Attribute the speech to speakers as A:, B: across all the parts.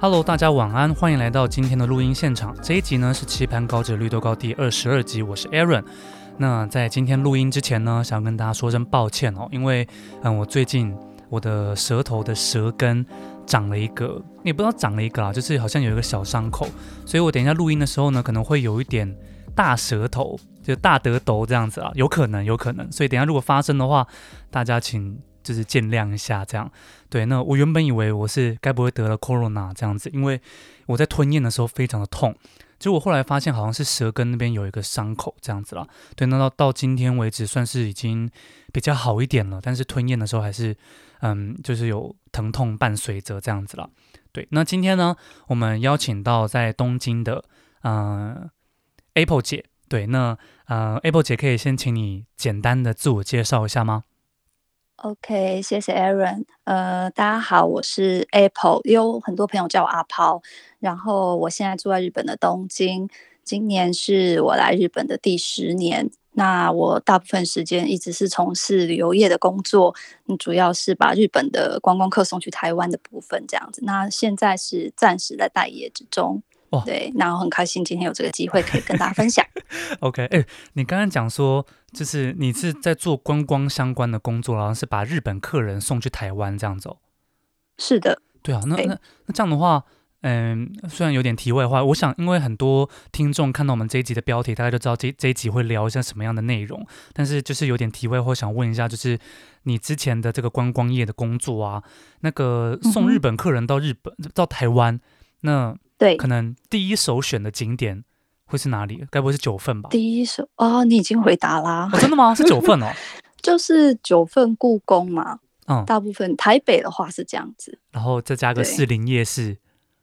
A: Hello，大家晚安，欢迎来到今天的录音现场。这一集呢是《棋盘稿纸绿豆糕》第二十二集，我是 Aaron。那在今天录音之前呢，想跟大家说声抱歉哦，因为嗯，我最近我的舌头的舌根长了一个，也不知道长了一个啊，就是好像有一个小伤口，所以我等一下录音的时候呢，可能会有一点大舌头，就大得头这样子啊，有可能，有可能。所以等一下如果发生的话，大家请就是见谅一下这样。对，那我原本以为我是该不会得了 corona 这样子，因为我在吞咽的时候非常的痛，结果后来发现好像是舌根那边有一个伤口这样子啦。对，那到到今天为止算是已经比较好一点了，但是吞咽的时候还是嗯，就是有疼痛伴随着这样子啦。对，那今天呢，我们邀请到在东京的嗯、呃、Apple 姐，对，那呃 Apple 姐可以先请你简单的自我介绍一下吗？
B: OK，谢谢 Aaron。呃，大家好，我是 Apple，有很多朋友叫我阿抛。然后我现在住在日本的东京，今年是我来日本的第十年。那我大部分时间一直是从事旅游业的工作，嗯主要是把日本的观光客送去台湾的部分这样子。那现在是暂时在待业之中。
A: 哇
B: 对，然后很开心今天有这个机会可以跟大家分享。
A: OK，哎、你刚刚讲说，就是你是在做观光相关的工作，然后是把日本客人送去台湾这样子哦。
B: 是的，
A: 对啊，那
B: 对
A: 那那这样的话，嗯，虽然有点题外话，我想因为很多听众看到我们这一集的标题，大家就知道这这一集会聊一下什么样的内容。但是就是有点题外话，想问一下，就是你之前的这个观光业的工作啊，那个送日
B: 嗯哼
A: 本客人到日本、到台湾，那
B: 对，
A: 可能第一首选的景点会是哪里？该不会是九份吧？
B: 第一首哦，你已经回答啦。
A: 哦，真的吗？是九份哦。
B: 就是九份故宫嘛，
A: 嗯，
B: 大部分台北的话是这样子，
A: 然后再加个
B: 对
A: 士林夜市，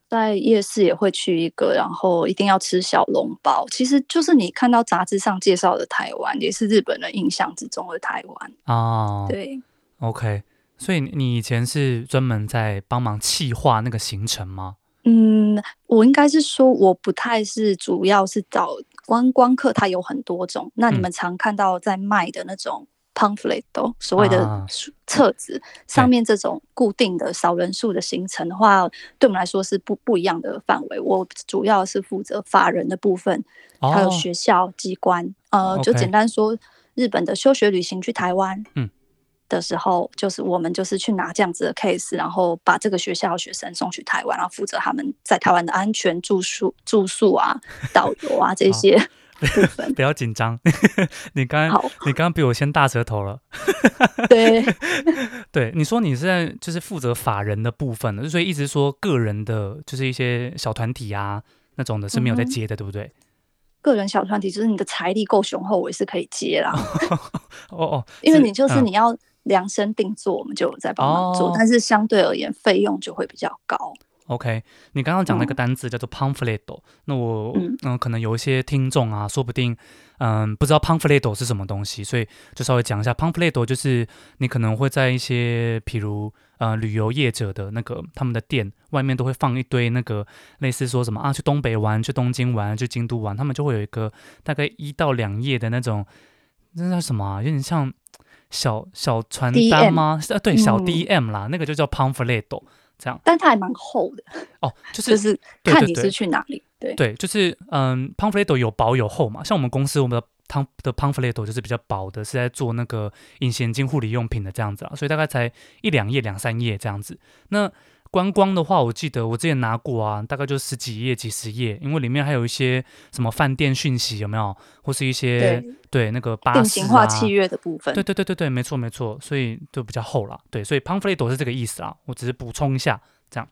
B: 在夜市也会去一个，然后一定要吃小笼包。其实就是你看到杂志上介绍的台湾，也是日本人印象之中的台湾。
A: 啊，
B: 对，
A: ，OK。所以你你以前是专门在帮忙企划那个行程吗？
B: 嗯，我应该是说，我不太是主要是找观光客，它有很多种。那你
A: 嗯
B: 们常看到在卖的那种 pamphlet，哦所谓的
A: 啊
B: 书册子、上
A: 对
B: 面这种固定的少人数的行程的话，对我们来说是不不一样的范围。我主要是负责法人的部分，
A: 哦，
B: 还有学校机关。呃，就
A: OK
B: 简单说，日本的休学旅行去台湾，
A: 嗯，
B: 的时候，就是我们就是去拿这样子的 case，然后把这个学校的学生送去台湾，然后负责他们在台湾的安全住宿、住宿啊、导游啊这些部分。
A: 不要紧张， 你刚
B: 好
A: 刚，你刚刚比我先大舌头了。
B: 对，
A: 对，你说你是在就是负责法人的部分的，所以一直说个人的，就是一些小团体啊那种的是没有在
B: 嗯哼
A: 接的，对不对？
B: 个人小团体就是你的财力够雄厚，我也是可以接啦，
A: 哦哦，
B: 因为你就是
A: 嗯
B: 你要量身定做，我们就有在帮忙做，
A: 哦
B: 但是相对而言费用就会比较高。
A: OK，你刚刚讲那个
B: 嗯
A: 单字叫做 pamphleto，、那我嗯
B: 嗯、
A: 可能有一些听众啊，说不定嗯不知道 pamphleto 是什么东西，所以就稍微讲一下 pamphleto，就是你可能会在一些譬如呃旅游业者的那个他们的店外面都会放一堆那个类似说什么啊去东北玩、去东京玩、去京都玩，他们就会有一个大概一到两页的那种那叫什么、啊，有点像小小传
B: DM
A: 单吗？是啊，对，小
B: 嗯
A: DM 啦，那个就叫 pamphleto。这样
B: 但它还蛮厚的，
A: 哦，就是
B: 就是
A: 对
B: 看
A: 对
B: 你
A: 对
B: 是去哪里。对，
A: 对，就是嗯，pamphleto 有薄有厚嘛。像我们公司我们的 pam 的 pamphleto 就是比较薄的，是在做那个隐形镜护理用品的这样子啊，所以大概才一两页、两三页这样子。那观光的话，我记得我之前拿过啊，大概就十几页、几十页，因为里面还有一些什么饭店讯息有没有，或是一些
B: 对
A: 对那个巴士、啊、
B: 定型化契约的部分。
A: 对对对对对，没错没错，所以就比较厚啦。对，所以 pamphleto 是这个意思啊，我只是补充一下这样。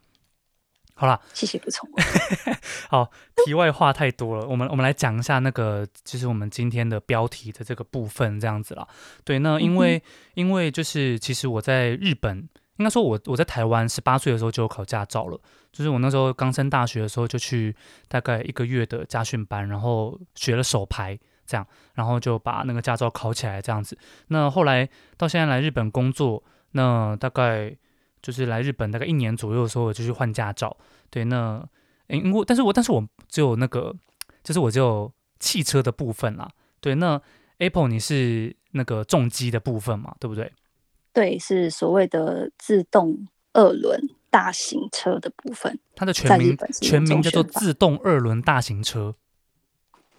A: 好啦，
B: 谢谢补充。
A: 好，题外话太多了，我们我们来讲一下那个，就是我们今天的标题的这个部分，这样子啦。对，那因为、因为就是其实我在日本，应该说我我在台湾十八岁的时候就有考驾照了，就是我那时候刚升大学的时候就去大概一个月的家训班，然后学了手牌。这样，然后就把那个驾照考起来，这样子。那后来到现在来日本工作，那大概就是来日本大概一年左右的时候，我就去换驾照。对，那诶因为但是我但是我只有那个，就是我只有汽车的部分啦。对，那 Apple 你是那个重机的部分嘛，对不对？
B: 对，是所谓的自动二轮，大型车的部分。
A: 它的
B: 在
A: 全
B: 日
A: 名
B: 本是有
A: 全
B: 这
A: 名叫
B: 种
A: 做
B: 选法
A: 自动二轮大型车。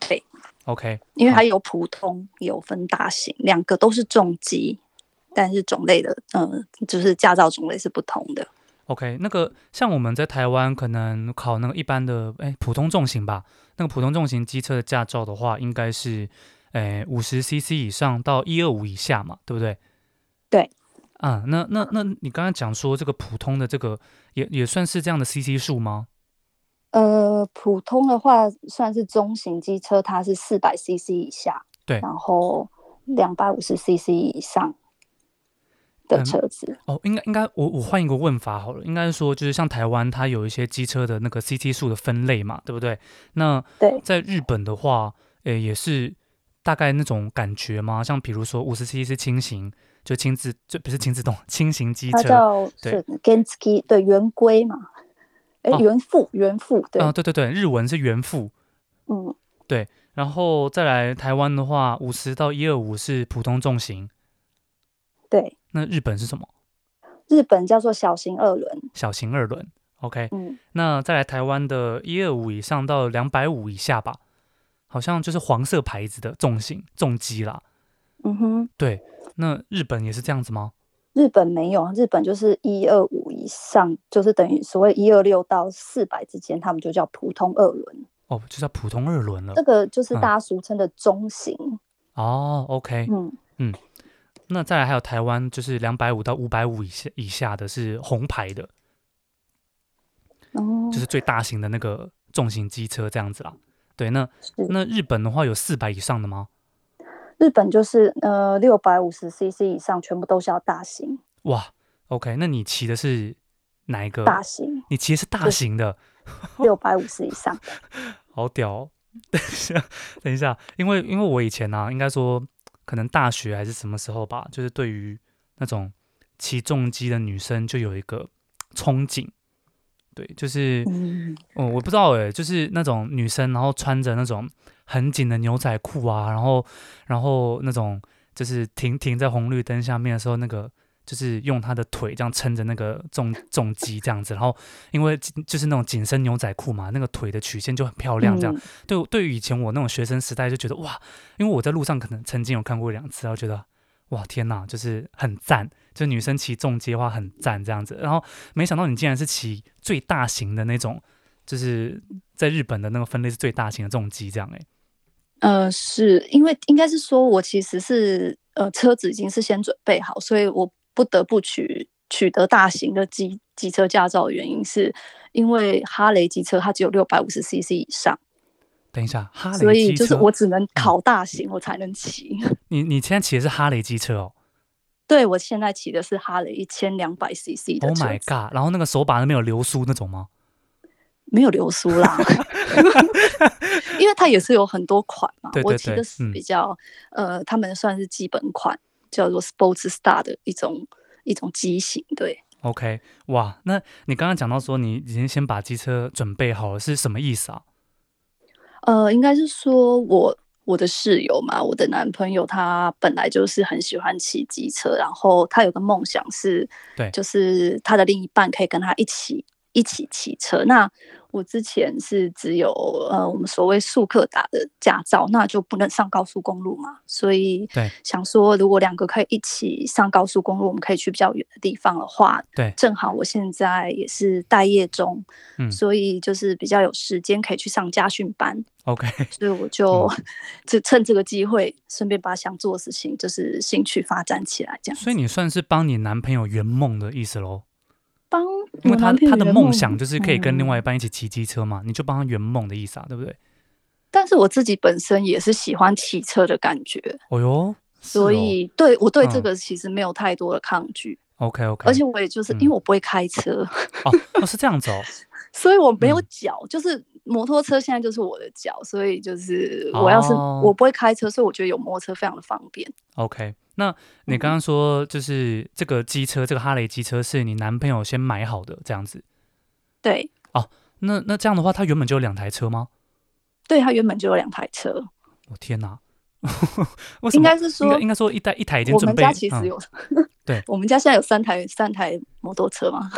B: 对
A: ，OK，
B: 因为
A: 好
B: 它有普通，有分大型，两个都是重机，但是种类的，嗯，就是驾照种类是不同的。
A: OK，那个像我们在台湾可能考那个一般的，哎，普通重型吧，那个普通重型机车的驾照的话，应该是，哎，五十 CC 以上到一二五以下嘛，对不对？
B: 对。
A: 啊，那那那你刚刚讲说这个普通的这个也也算是这样的 CC 数吗？
B: 呃，普通的话算是中型机车，它是四百 CC 以下，
A: 对
B: 然后两百五十 CC 以上的
A: 嗯
B: 车子，
A: 哦，应该应该，我我换一个问法好了，应该是说就是像台湾它有一些机车的那个 CC 数的分类嘛，对不对？那
B: 对，
A: 在日本的话，诶，也是大概那种感觉吗？像比如说五十 cc 是轻型，就轻自，这不是轻自动，轻型机
B: 它
A: 车。
B: 叫
A: 对
B: 是 Genski，对，圆规嘛，哎
A: 哦，
B: 圆腹，圆腹，对，
A: 啊，对对对，日文是原付，
B: 嗯，
A: 然后再来台湾的话，五十到一二五是普通重型，
B: 对，
A: 那日本是什么？
B: 日本叫做小型二轮，
A: 小型二轮。OK，
B: 嗯，
A: 那再来台湾的一二五以上到两百五以下吧，好像就是黄色牌子的重型重机啦。
B: 嗯哼。
A: 对，那日本也是这样子吗？
B: 日本没有，日本就是一二五以上，就是等于所谓一二六到四百之间，他们就叫普通二轮，
A: 哦，就叫普通二轮了
B: 这。个就是
A: 嗯
B: 大家俗称的中型。呃
A: 哦，OK，
B: 嗯，
A: 那再来还有台湾，就是两百五到五百五以下以下的是红牌的，
B: 哦，
A: 就是最大型的那个重型机车这样子啦。对，那
B: 是
A: 那日本的话有四百以上的吗？
B: 日本就是呃六百五十 CC 以上全部都叫大型，
A: 哇，OK，那你骑的是哪一个？
B: 大型
A: 你骑的是大
B: 对
A: 型的，哦
B: 六百五十以上。
A: 好屌、哦！等一下，等一下，因为因为我以前啊，应该说可能大学还是什么时候吧，就是对于那种骑重机的女生就有一个憧憬，对，就是
B: 嗯，
A: 哦，我不知道诶，就是那种女生，然后穿着那种很紧的牛仔裤啊，然后然后那种就是停停在红绿灯下面的时候，那个就是用她的腿这样撑着那个重重机这样子，然后因为紧就是那种紧身牛仔裤嘛，那个腿的曲线就很漂亮，这样。
B: 嗯
A: 对 我，对于以前我那种学生时代就觉得哇，因为我在路上可能曾经有看过两次，然后觉得哇天哪，就是很赞，就是女生骑重机的话很赞这样子。然后没想到你竟然是骑最大型的那种，就是在日本的那个分类是最大型的重机这样哎、
B: 呃，是因为应该是说我其实是呃车子已经是先准备好，所以我不得不取取得大型的机机车驾照的原因是。因为哈雷机车它只有六百五十 CC 以上，
A: 等一下，哈
B: 所
A: 雷
B: 以
A: 机
B: 就是
A: 车，嗯
B: 我只能考大型，我才能骑。
A: 你你现在骑的是哈雷机车哦
B: 对我现在骑的是哈雷一千两百 CC 的
A: ，Oh
B: 车
A: my
B: 子
A: god！然后那个手把那边有流苏那种吗？
B: 没有流苏 啦， 因为它也是有很多款嘛。
A: 对对
B: 我骑
A: 对
B: 的是
A: 嗯
B: 比较、呃，他们算是基本款，叫做 Sports Star 的一种一种机型。对，
A: OK，哇，那你刚刚讲到说你已经先把机车准备好了，是什么意思啊？
B: 呃，应该是说我我的室友嘛，我的男朋友他本来就是很喜欢骑机车，然后他有个梦想是，
A: 对
B: 就是他的另一半可以跟他一起一起骑车。那我之前是只有呃我们所谓速克达的驾照，那就不能上高速公路嘛，所以
A: 对
B: 想说如果两个可以一起上高速公路，我们可以去比较远的地方的话，
A: 对
B: 正好我现在也是待业中，
A: 嗯
B: 所以就是比较有时间可以去上家训班，
A: ，OK，
B: 所以我就、
A: 嗯
B: 就 趁这个机会，顺便把想做的事情就是兴趣发展起来，这样
A: 所以你算是帮你男朋友圆梦的意思喽，
B: 帮
A: 因为
B: 我
A: 他
B: 男朋友
A: 他的
B: 圆
A: 梦想就是可以跟另
B: 嗯
A: 外一半一起骑机车嘛，你就帮他圆梦的意思啊，对不对？
B: 但是我自己本身也是喜欢骑车的感觉，
A: 哦哟，是
B: 所
A: 哦
B: 以对我对这
A: 嗯
B: 个其实没有太多的抗拒，
A: OK OK，
B: 而且我也就是、
A: 嗯
B: 因为我不会开车，
A: 哦哦是这样子哦，
B: 所以我没有
A: 嗯
B: 脚，就是摩托车现在就是我的脚，所以就是我要是、
A: 哦
B: 我不会开车，所以我觉得有摩托车非常的方便。
A: OK，那你刚刚说就是这个机车，这个哈雷机车是你男朋友先买好的这样子，
B: 对，
A: 那那这样的话，他原本就有两台车吗？
B: 对，它原本就有两台车，
A: 我、天哪， 为什
B: 应
A: 么？
B: 该是
A: 应
B: 说
A: 该应该说一台一台已经
B: 我
A: 准
B: 们
A: 备，
B: 家其实
A: 嗯
B: 有，
A: 对
B: 我们家现在有三台三台摩托车嘛，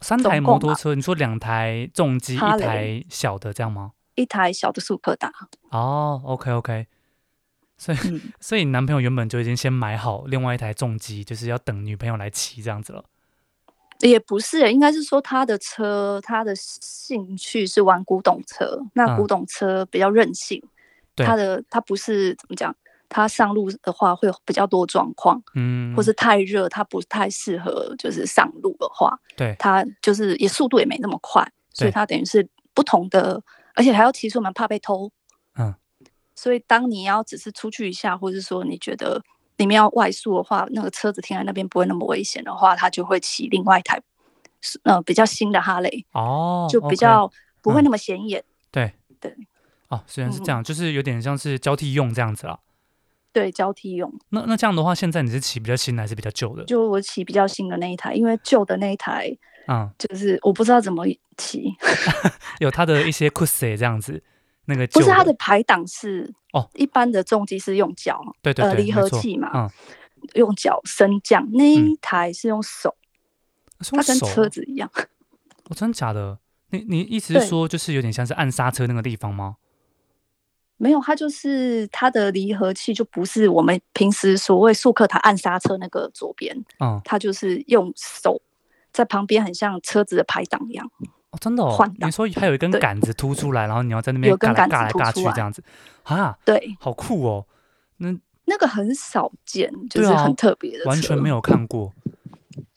A: 三台
B: 总
A: 摩
B: 共
A: 托
B: 啊
A: 车，你说两台重机，一
B: 哈雷
A: 台小的，这样吗？
B: 一台小的速克达。
A: 哦，OK OK，所以
B: 嗯，
A: 所以你男朋友原本就已经先买好另外一台重机，就是要等女朋友来骑这样子了。
B: 也不是，欸应该是说他的车，他的兴趣是玩古董车。那
A: 嗯
B: 古董车比较任性，
A: 对
B: 他的他不是怎么讲，他上路的话会有比较多状况，
A: 嗯，
B: 或是太热，他不太适合就是上路的话，
A: 对
B: 他就是也速度也没那么快，所以
A: 对
B: 他等于是不同的，而且还要骑出门怕被偷。
A: 嗯，
B: 所以当你要只是出去一下，或是说你觉得里面要外宿的话，那个车子停在那边不会那么危险的话，他就会骑另外一台，是呃比较新的哈雷，
A: 哦，
B: 就
A: OK
B: 比较不会
A: 嗯
B: 那么显眼。
A: 对
B: 对
A: 哦，虽然是这
B: 嗯
A: 样，就是有点像是交替用这样子啦。
B: 对，交替用。
A: 那那这样的话，现在你是骑比较新的还是比较旧的？
B: 就我骑比较新的那一台，因为旧的那一台
A: 嗯，
B: 就是我不知道怎么骑，
A: 有它的一些 c u s e 这样子，那个
B: 不是
A: 旧
B: 它的排档是
A: 哦
B: 一般的重机是用脚
A: 对对
B: 呃
A: 对，
B: 离
A: 没
B: 合
A: 错
B: 器嘛
A: 嗯，
B: 用脚升降，那一台是用手，
A: 是
B: 它
A: 用
B: 跟
A: 嗯哦手
B: 车子一样，
A: 哦，真的假的？你你意思是
B: 对
A: 说，就是有点像是按刹车那个地方吗？
B: 没有，它就是它的离合器就不是我们平时所谓速克塔按刹车那个左边，
A: 嗯，
B: 它就是用手在旁边，很像车子的排档一样。
A: 哦，真的哦
B: 换，
A: 你
B: 挡
A: 说还有一根
B: 对
A: 杆子凸出来，然后你要在那边
B: 有根
A: 尬来
B: 杆子
A: 尬来
B: 凸
A: 尬
B: 出
A: 去
B: 来
A: 这样子，啊，
B: 对，
A: 好酷哦！那
B: 那个很少见，就
A: 对
B: 是
A: 啊
B: 很特别的车、
A: 完全没有看过。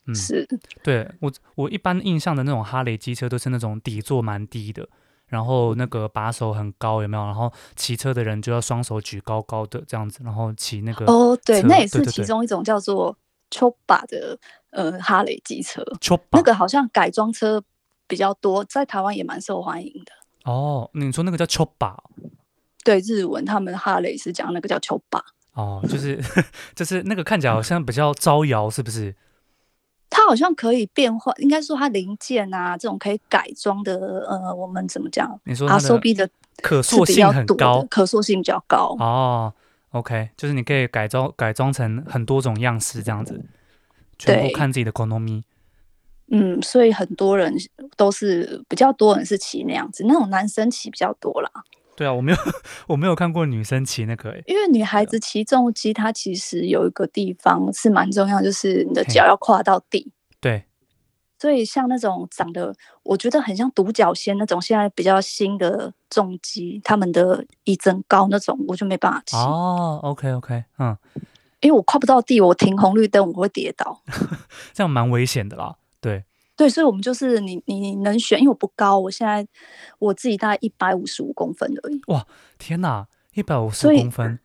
A: 嗯，
B: 是
A: 对我我一般印象的那种哈雷机车都是那种底座蛮低的，然后那个把手很高，有没有？然后骑车的人就要双手举高高的这样子，然后骑那个
B: 哦，对，
A: 车
B: 那也
A: 对
B: 是
A: 对
B: 其
A: 对
B: 中一种叫做 Chopa 的呃哈雷机车，
A: 丘巴
B: 那个好像改装车比较多，在台湾也蛮受欢迎的。
A: 哦，你说那个叫丘巴
B: 对，日文他们哈雷是讲那个叫 Chopa，
A: 哦，就是 就是那个看起来好像比较招摇，是不是？
B: 它好像可以变换，应该说它零件啊这种可以改装的，呃，我们怎么讲
A: 你说它
B: ，R
A: 的
B: o B 的
A: 可
B: 是
A: 塑
B: 比
A: 性
B: 较
A: 很
B: 多
A: 高
B: 的，可塑性比较高。
A: 哦，OK，就是你可以改装改装成很多种样式这样子，全部
B: 对
A: 看自己的 economy。
B: 嗯，所以很多人都是比较多人是骑那样子，那种男生骑比较多啦。
A: 对啊，我没有 我没有看过女生骑那个、欸，
B: 因为女孩子骑重机，它其实有一个地方是蛮重要，就是你的
A: 嘿
B: 脚要跨到地。
A: 对，
B: 所以像那种长得，我觉得很像独角仙那种，现在比较新的重机，他们的一增高那种，我就没办法骑，
A: 哦，OK OK，嗯，
B: 因为我跨不到地，我停红绿灯我会跌倒。
A: 这样蛮危险的啦，对，
B: 对，所以我们就是你你你能选，因为我不高，我现在我自己大概一百五十五公分而已。
A: 天哪，一百五十
B: 所以
A: 公分，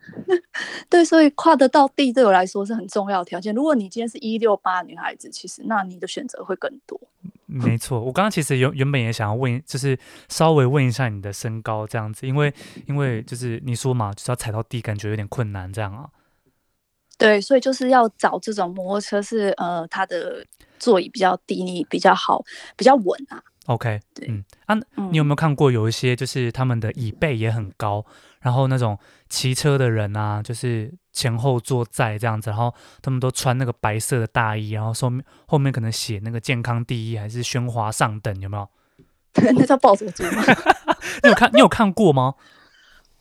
B: 对，所以跨得到地对我来说是很重要的条件。如果你今天是一六八女孩子，其实那你的选择会更多。
A: 没错，我刚刚其实原原本也想要问，就是稍微问一下你的身高这样子，因为因为就是你说嘛，就是要踩到地，感觉有点困难这样啊，
B: 对，所以就是要找这种摩托车是呃，它的座椅比较低，你比较好，比较稳啊。
A: OK，
B: 对
A: 嗯啊，
B: 嗯，
A: 你有没有看过有一些就是他们的椅背也很高，然后那种骑车的人啊，就是前后座载这样子，然后他们都穿那个白色的大衣，然后后面后面可能写那个健康第一还是喧哗上等，有没有？
B: 那叫暴走族吗？
A: 你有看你有看过吗？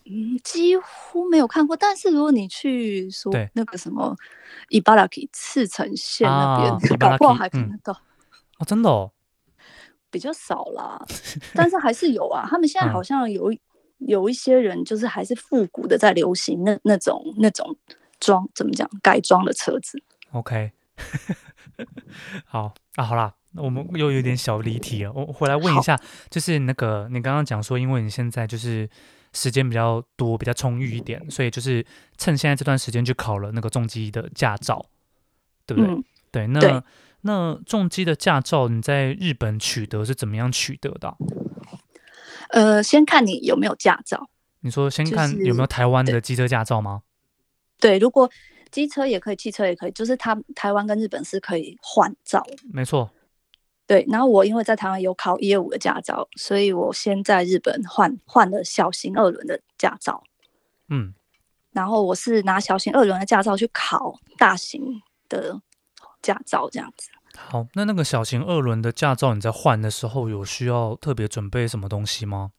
B: 嗯，几乎没有看过。但是如果你去说
A: 对
B: 那个什么伊巴拉克赤城县那边，
A: 啊伊巴拉
B: 搞
A: 克
B: 不好还看
A: 嗯
B: 得到，
A: 哦，真的哦，
B: 比较少 啦。但是还是有啊，他们现在
A: 嗯
B: 好像有、有一些人就是还是复古的在流行那那种那种装怎么讲改装的车子。
A: OK，好啊，好啦，那我们又有点小离题了。我我回来问一
B: 好
A: 下，就是那个你刚刚讲说，因为你现在就是时间比较多，比较充裕一点，所以就是趁现在这段时间去考了那个重机的驾照，对不对？
B: 嗯，
A: 对，那
B: 对
A: 那重机的驾照你在日本取得是怎么样取得的啊、
B: 呃，先看你有没有驾照。
A: 你说先
B: 就
A: 看有没有
B: 是
A: 台湾
B: 对
A: 的机车驾照吗？
B: 对，如果机车也可以，汽车也可以，就是他台湾跟日本是可以换照的。
A: 没错，
B: 对，然后我因为在台湾有考业务的驾照，所以我先在日本换换了小型二轮的驾照，
A: 嗯，
B: 然后我是拿小型二轮的驾照去考大型的驾照，这样子。
A: 好，那那个小型二轮的驾照，你在换的时候有需要特别准备什么东西吗？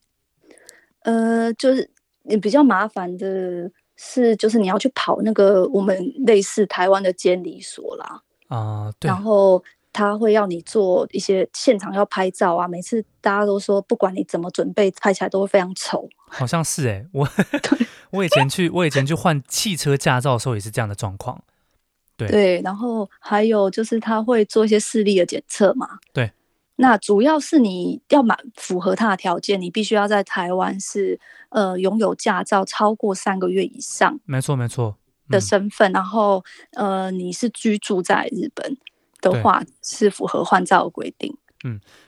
B: 呃，就是比较麻烦的是，就是你要去跑那个我们类似台湾的监理所啦，
A: 啊、对
B: 然，后他会要你做一些现场要拍照啊。每次大家都说，不管你怎么准备，拍起来都会非常丑。
A: 好像是哎、我 我以前去我以前去换汽车驾照的时候也是这样的状况。
B: 对，然后还有就是他会做一些视力的检测嘛。
A: 对。
B: 那主要是你要满符合他的条件，你必须要在台湾是呃拥有驾照超过三个月以上
A: 没错没错，
B: 的
A: 嗯
B: 身份，然后呃你是居住在日本的
A: 对
B: 话，是符合换照的规定。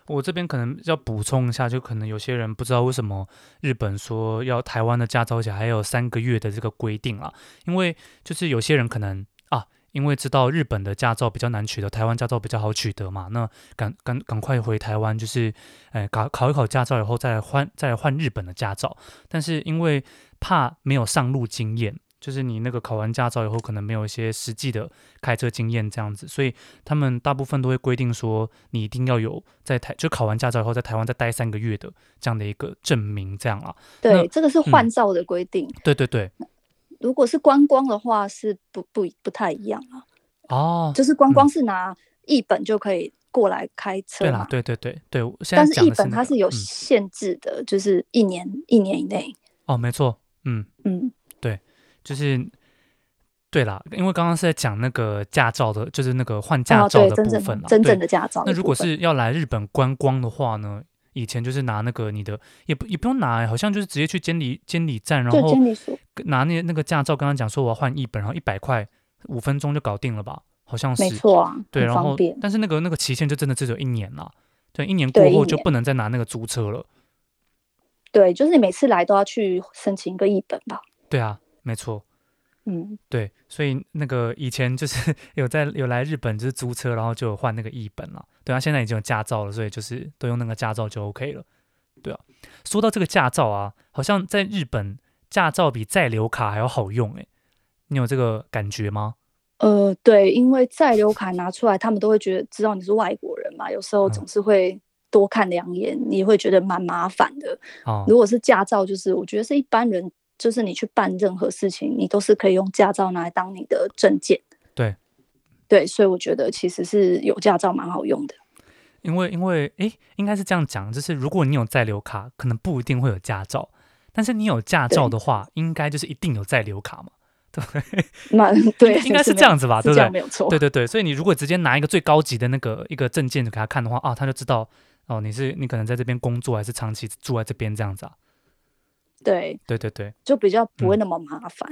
A: 我这边可能要补充一下，就可能有些人不知道为什么日本说要台湾的驾照，而且还有三个月的这个规定啊，因为就是有些人可能啊，因为知道日本的驾照比较难取得，台湾驾照比较好取得嘛，那赶赶赶快回台湾，就是呃考考一考驾照以后再来换再来换日本的驾照，但是因为怕没有上路经验。就是你那个考完驾照以后，可能没有一些实际的开车经验这样子，所以他们大部分都会规定说，你一定要有在台就考完驾照以后，在台湾再待三个月的这样的一个证明，这样啊。那
B: 对，这个是换照的规定。
A: 对对对，
B: 如果是观光的话，是不不不太一样啊。
A: 哦，
B: 就是观光是拿一本就可以过来开车
A: 对
B: 嘛
A: 啦，，对对对对，我现在
B: 但是
A: 讲
B: 一
A: 的是、
B: 本
A: 那
B: 它
A: 个
B: 是有
A: 嗯
B: 限制的，就是一年一年以内。
A: 哦，没错，嗯，
B: 嗯，
A: 就是对啦，因为刚刚是在讲那个驾照的，就是那个换驾
B: 哦，
A: 照
B: 对，
A: 的
B: 真
A: 部分
B: 正
A: 啦。
B: 真
A: 对
B: 正的驾照的部
A: 那
B: 分。
A: 如果是要来日本观光的话呢？以前就是拿那个你的，也不也不用拿、好像就是直接去监理监理站，然
B: 就
A: 后
B: 监理所，
A: 跟拿那那个驾照，刚刚讲说我要换一本，然后一百块，五分钟就搞定了吧？好像
B: 没
A: 是，
B: 错啊，
A: 对，
B: 很
A: 然
B: 方
A: 后
B: 便。
A: 但是那个那个期限就真的只有一年啦，对，一年过
B: 对一
A: 后就
B: 年
A: 不能再拿那个租车了。
B: 对，就是你每次来都要去申请一个一本吧。
A: 对啊，没错。
B: 嗯，
A: 对，所以那个以前就是 有在有来日本就是租车，然后就有换那个译本了。对啊，现在已经有驾照了，所以就是都用那个驾照就 OK 了。对啊，说到这个驾照啊，好像在日本驾照比在留卡还要好用诶、你有这个感觉吗？
B: 呃，对，因为在留卡拿出来，他们都会觉得知道你是外国人嘛，有时候
A: 嗯
B: 总是会多看两眼，你会觉得蛮麻烦的。
A: 哦，
B: 如果是驾照，就是我觉得是一般人，就是你去办任何事情，你都是可以用驾照拿来当你的证件。
A: 对，
B: 对，所以我觉得其实是有驾照蛮好用的。
A: 因为因为诶，应该是这样讲，就是如果你有在留卡，可能不一定会有驾照，但是你有驾照
B: 对
A: 的话，应该就是一定有在留卡嘛，对不对？
B: 蛮对，
A: 应该是
B: 是
A: 这样子吧，对
B: 是
A: 不
B: 这
A: 对
B: 样？没有错。
A: 对对对，所以你如果直接拿一个最高级的那个一个证件给他看的话，啊，他就知道哦，你是你可能在这边工作，还是长期住在这边这样子啊？
B: 对，
A: 对对对
B: 就比较不会那么麻烦，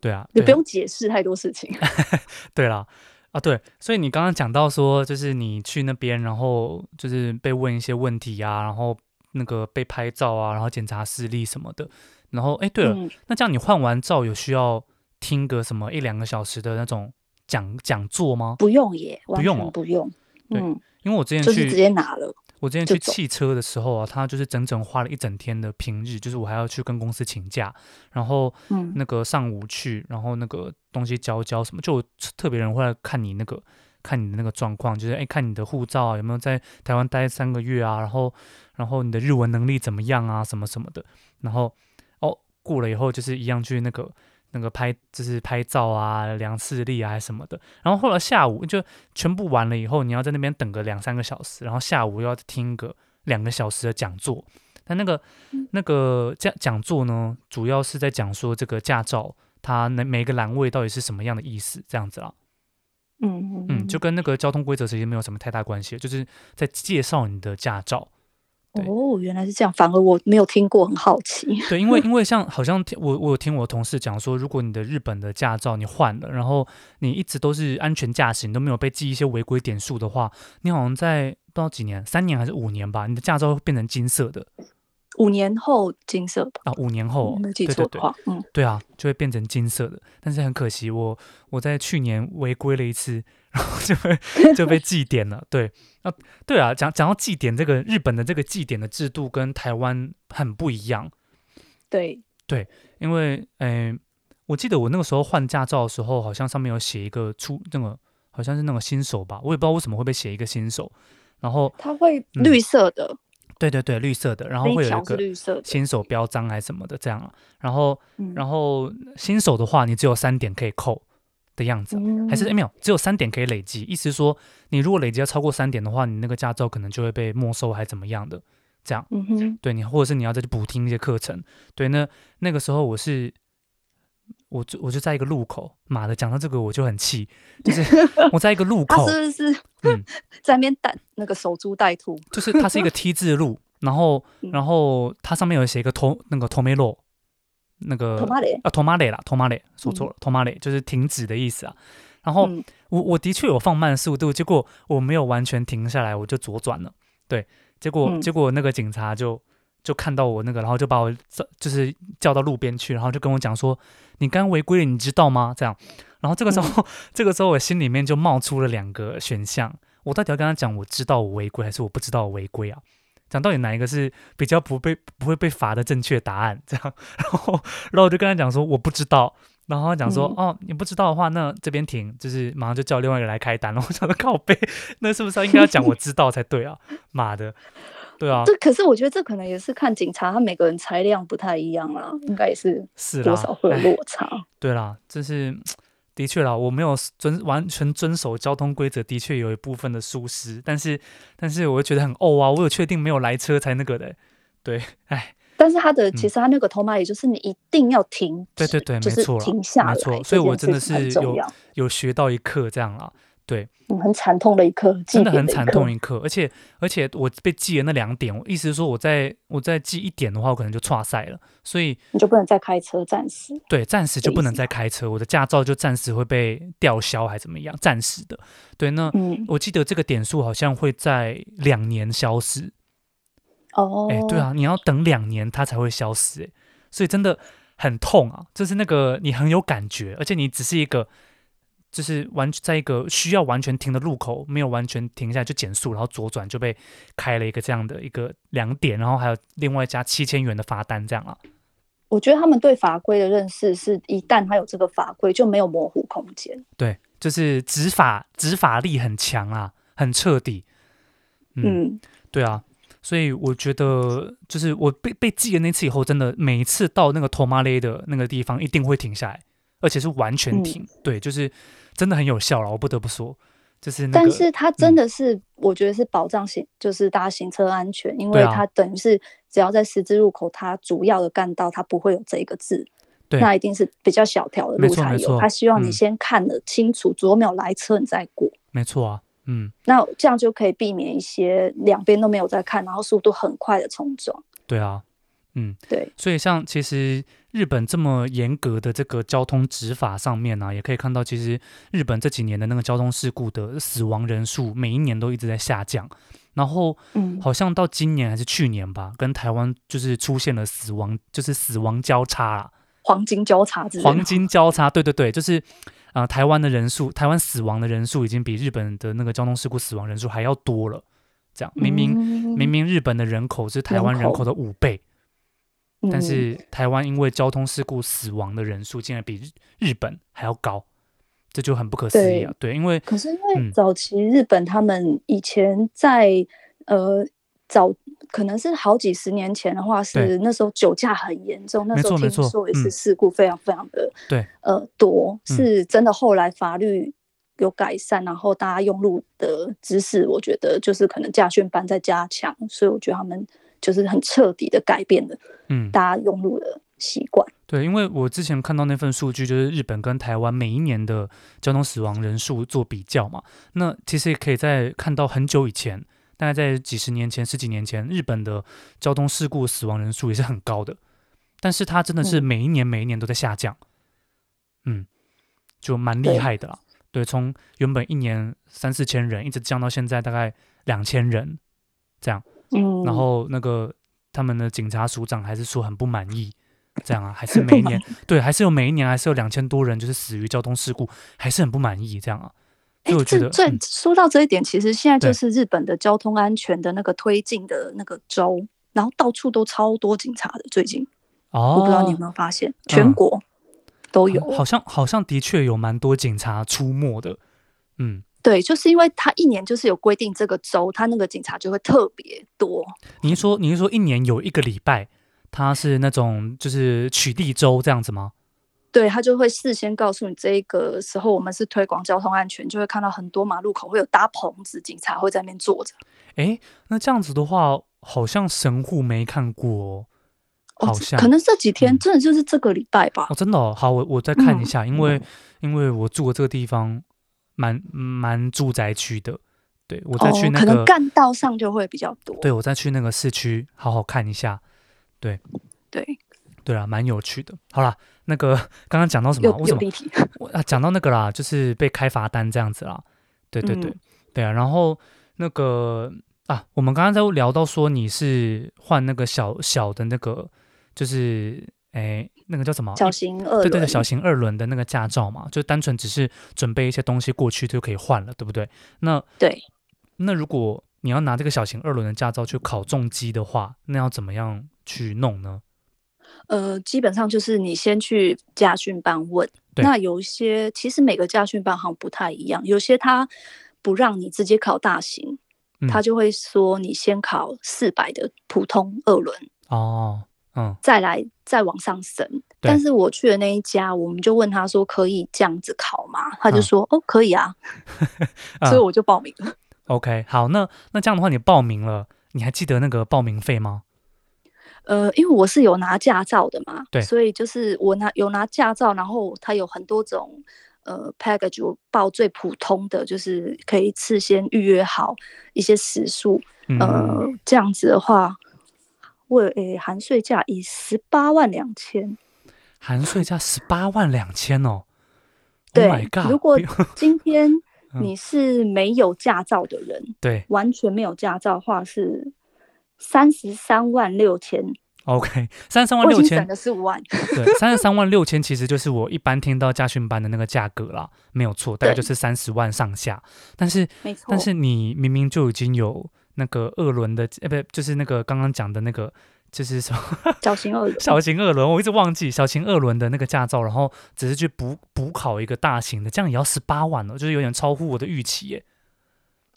A: 对啊，
B: 你
A: 嗯对
B: 不用解释太多事情。
A: 对啦，啊对，所以你刚刚讲到说，就是你去那边，然后就是被问一些问题啊，然后那个被拍照啊，然后检查视力什么的，然后哎，对了，
B: 嗯，
A: 那这样你换完照有需要听个什么一两个小时的那种讲讲座吗？
B: 不用耶，完
A: 用
B: 全
A: 哦
B: 不用。
A: 对
B: 嗯，
A: 因为我之前
B: 就是
A: 去
B: 直接拿了。
A: 我之前
B: 就
A: 去
B: 走
A: 汽车的时候啊，他就是整整花了一整天的平日，就是我还要去跟公司请假，然后
B: 嗯，
A: 那个上午去，然后那个东西交交什么，就有特别人会来看你那个看你的那个状况，就是哎看你的护照啊有没有在台湾待三个月啊，然后然后你的日文能力怎么样啊什么什么的，然后哦过了以后就是一样去那个。那个拍就是拍照啊，量视力啊什么的，然后后来下午就全部完了以后，你要在那边等个两三个小时，然后下午又要听个两个小时的讲座。但那个那个讲讲座呢，主要是在讲说这个驾照它那每个栏位到底是什么样的意思，这样子啦。
B: 嗯
A: 嗯，就跟那个交通规则其实没有什么太大关系，就是在介绍你的驾照。对
B: 哦，原来是这样，反而我没有听过，很好奇。
A: 对，因为因为像好像听我我有听我同事讲说，如果你的日本的驾照你换了，然后你一直都是安全驾驶，你都没有被记一些违规点数的话，你好像在不知道几年，三年还是五年吧，你的驾照会变成金色的
B: 五年后金色吧，
A: 啊，五年后哦，
B: 没有记
A: 对对
B: 错的
A: 对，
B: 话，嗯，
A: 对啊，就会变成金色的。但是很可惜，我我在去年违规了一次， 然后就 被就被记点了。对啊，对啊，讲讲到记点这个日本的这个记点的制度跟台湾很不一样，
B: 对，
A: 因为诶、我记得我那个时候换驾照的时候，好像上面有写一个出那个好像是那种新手吧，我也不知道为什么会被写一个新手。然后
B: 它会
A: 嗯
B: 绿色的，
A: 对对对，绿色的，然后
B: 那
A: 会
B: 一
A: 有一
B: 条是
A: 个
B: 绿色的。
A: 新手标章还是什么的这样啊。然后
B: 嗯
A: 然后新手的话，你只有三点可以扣的样子啊，还是诶
B: 嗯
A: 没有，只有三点可以累积。意思是说，你如果累积要超过三点的话，你那个驾照可能就会被没收，还怎么样的？这样，
B: 嗯哼，
A: 对你，或者是你要再去补听一些课程。对，那那个时候我是，我就我就在一个路口，妈的，讲到这个我就很气，就是 我在一个路
B: 他
A: 口，
B: 是不是
A: 嗯
B: 在那边带那个守株待兔？
A: 就是它是一个 T 字路，然后
B: 嗯
A: 然后它上面有写一个头那个 “tomelo”，那个
B: 头妈嘞！
A: 啊 “tomale” 啦，“tomale” 说错了，“tomale” 就是停止的意思啊。然后
B: 嗯
A: 我我的确有放慢速度，结果我没有完全停下来，我就左转了。对，结果、
B: 嗯
A: 结果那个警察就就看到我那个，然后就把我叫就是叫到路边去，然后就跟我讲说：“你刚刚违规了，你知道吗？”这样。然后这个时
B: 嗯
A: 候， 这个时候我心里面就冒出了两个选项：我到底要跟他讲我知道我违规，还是我不知道我违规啊？讲到底哪一个是比较不被不会被罚的正确答案？ 这样，然后然后我就跟他讲说我不知道，然后他讲说、
B: 嗯
A: 哦你不知道的话，那这边停，就是马上就叫另外一个来开单。然后我想说靠 背，那是不是应该要讲我知道才对啊？妈的，对啊，
B: 这可是我觉得这可能也是看警察，他每个人裁量不太一样啦，应该也是
A: 是啦
B: 多少，会有
A: 哎
B: 落差。
A: 对啦，这是的确啦，我没有遵完全遵守交通规则，的确有一部分的疏失，但是但是我又觉得很哦啊，我有确定没有来车才那个的、对，哎，
B: 但是他的
A: 嗯
B: 其实他那个头马里就是你一定要停止，
A: 对对对
B: 就
A: 没
B: 是
A: 错啦
B: 停下来
A: 没
B: 这
A: 错
B: 件事情很重
A: 所以我
B: 要，
A: 真的是有
B: 嗯
A: 有学到一课这样啦，
B: 很惨痛的一刻，
A: 真的
B: 祭奠
A: 很
B: 一
A: 惨
B: 刻
A: 痛。一刻，而且而且我被记了那两点，我意思是说我在我再记一点的话，我可能就岔赛了，所以
B: 你就不能再开车，暂时。
A: 对，暂时就
B: 的意
A: 不能
B: 思
A: 再开车，我的驾照就暂时会被吊销还怎么样，暂时的，对，那。
B: 嗯，
A: 我记得这个点数好像会在两年消失，
B: 哦，
A: 哎、对，啊，你要等两年它才会消失、哎，所以真的很痛啊，就是那个你很有感觉，而且你只是一个就是完在一个需要完全停的路口，没有完全停下来就减速，然后左转就被开了一个这样的一个两点，然后还有另外加七千元的罚单这样啊，
B: 我觉得他们对法规的认识是，一旦他有这个法规，就没有模糊空间。
A: 对，就是执法执法力很强啊，很彻底，
B: 嗯，
A: 对啊，所以我觉得就是我被被记了那次以后，真的每一次到那个托马雷的那个地方，一定会停下来，而且是完全
B: 嗯
A: 停。对，就是真的很有效了，我不得不说，就是那个嗯
B: 但是它真的是，我觉得是保障行，就是大家行车安全，因为
A: 对啊
B: 它等于是只要在十字路口，它主要的干道它不会有这一个字，
A: 对
B: 那一定是比较小条的
A: 没
B: 路
A: 错
B: 才
A: 没
B: 有。
A: 错
B: 它希望
A: 嗯
B: 你先看得清楚，左秒来车你再过。
A: 没错啊，嗯，
B: 那这样就可以避免一些两边都没有在看，然后速度很快的冲撞。
A: 对啊，嗯，
B: 对，
A: 所以像其实日本这么严格的这个交通执法上面啊呢、也可以看到，其实日本这几年的那个交通事故的死亡人数，每一年都一直在下降。然后
B: 嗯
A: 好像到今年还是去年吧，跟台湾就是出现了死亡，就是死亡交叉啦，
B: 黄金交叉之类的
A: 黄金交叉，对对对，就是啊、呃台湾的人数，台湾死亡的人数已经比日本的那个交通事故死亡人数还要多了。这样明明、
B: 嗯
A: 明明日本的人口是台湾人
B: 人
A: 口
B: 口
A: 的五倍，但
B: 嗯
A: 是台湾因为交通事故死亡的人数竟然比日日本还要高，这就很不可思议啊！对，因为
B: 可是因
A: 嗯
B: 为早期日本他们以前在、呃早可能是好几十年前的话，
A: 对
B: 是那时候酒驾很严重，那时候
A: 没
B: 听
A: 错没错
B: 说也
A: 嗯
B: 是事故非常非常的、
A: 对
B: 呃多，
A: 嗯
B: 是真的后来法律。有改善，然后大家用路的知识，我觉得就是可能驾训班在加强，所以我觉得他们就是很彻底的改变了
A: 嗯，
B: 大家用路的习惯。
A: 对，因为我之前看到那份数据，就是日本跟台湾每一年的交通死亡人数做比较嘛。那其实也可以在看到很久以前，大概在几十年前、十几年前，日本的交通事故死亡人数也是很高的，但是它真的是
B: 嗯
A: 每一年每一年都在下降，嗯，就蛮厉
B: 对
A: 害的啦。对，从原本一年三四千人，一直降到现在大概两千人这样。
B: 嗯，
A: 然后那个他们的警察署长还是说很不满意，这样啊，还是每一年 对，还是有每一年还是有两千多人就是死于交通事故，还是很不满意这样啊。所
B: 哎
A: 以我，觉
B: 这
A: 得，
B: 这
A: 嗯
B: 说到这一点，其实现在
A: 对
B: 就是日本的交通安全的那个推进的那个州，然后到处都超多警察的。最近、
A: 哦，嗯
B: 我不知道你有没有发现，全国都有。
A: 好好像好像的确有蛮多警察出没的，嗯，
B: 对，就是因为他一年就是有规定这个州，他那个警察就会特别多。
A: 您说您说一年有一个礼拜，它是那种就是取缔周这样子吗？
B: 对他就会事先告诉你，这个时候我们是推广交通安全，就会看到很多马路口会有搭棚子，警察会在那边坐着。
A: 诶，那这样子的话，好像神户没看过哦、
B: 哦
A: 好
B: 这
A: 像
B: 可能这几天
A: 嗯
B: 真的就是这个礼拜吧。
A: 哦，真的哦，好，我我再看一
B: 嗯
A: 下，因为因为我住的这个地方蛮蛮住宅区的，对我再去
B: 哦，
A: 那
B: 可
A: 个，
B: 能干道上就会比较多。
A: 对我再去那个市区好好看一下。
B: 对，
A: 对啊，蛮有趣的。好啦，那个刚刚讲到什么
B: 又
A: 啊？为什
B: 又
A: 么
B: 立体。
A: 我啊？讲到那个啦，就是被开罚单这样子啦。对对对，
B: 嗯
A: 对啊。然后那个啊，我们刚刚在聊到说你是换那个小小的那个，就是哎，那个叫什么？
B: 小
A: 一
B: 型二
A: 对对对，
B: 轮
A: 小型二轮的那个驾照嘛，就单纯只是准备一些东西过去就可以换了，对不对？那
B: 对
A: 那如果你要拿这个小型二轮的驾照去考重机的话，那要怎么样去弄呢？
B: 呃，基本上就是你先去驾训班问。
A: 对
B: 那有一些其实每个驾训班好像不太一样，有些他不让你直接考大型，
A: 嗯
B: 他就会说你先考四百的普通二轮，
A: 哦，嗯，
B: 再来再往上升。但是我去的那一家，我们就问他说可以这样子考吗？他就
A: 嗯
B: 说、哦可以啊，
A: 啊
B: 所以我就报名了。
A: OK，好，那那这样的话，你报名了，你还记得那个报名费吗？
B: 呃，因为我是有拿驾照的嘛，
A: 对
B: 所以就是我拿有拿驾照，然后它有很多种呃 package，我报最普通的，就是可以事先预约好一些时数，
A: 嗯，
B: 呃，这样子的话，为诶含税价以十八万两千，
A: 含税价十八万两千哦。
B: 对
A: oh、，，My God！
B: 如果
A: 不用
B: 今天
A: 嗯
B: 你是没有驾照的人，
A: 对
B: 完全没有驾照的话是三十三万六千，
A: OK，三十三万
B: 我已
A: 六
B: 经省
A: 千，
B: 了十五 万，
A: 对，三十三万六千其实就是我一般听到驾训班的那个价格啦，没有错，大概
B: 对
A: 就是三十万上下。但是
B: 没错，
A: 但是你明明就已经有那个二轮的，呃，不，就是那个刚刚讲的那个，就是什么？
B: 小哦型二轮。
A: 小型二轮，我一直忘记小型二轮的那个驾照，然后只是去补补考一个大型的，这样也要十八万了，就是有点超乎我的预期耶。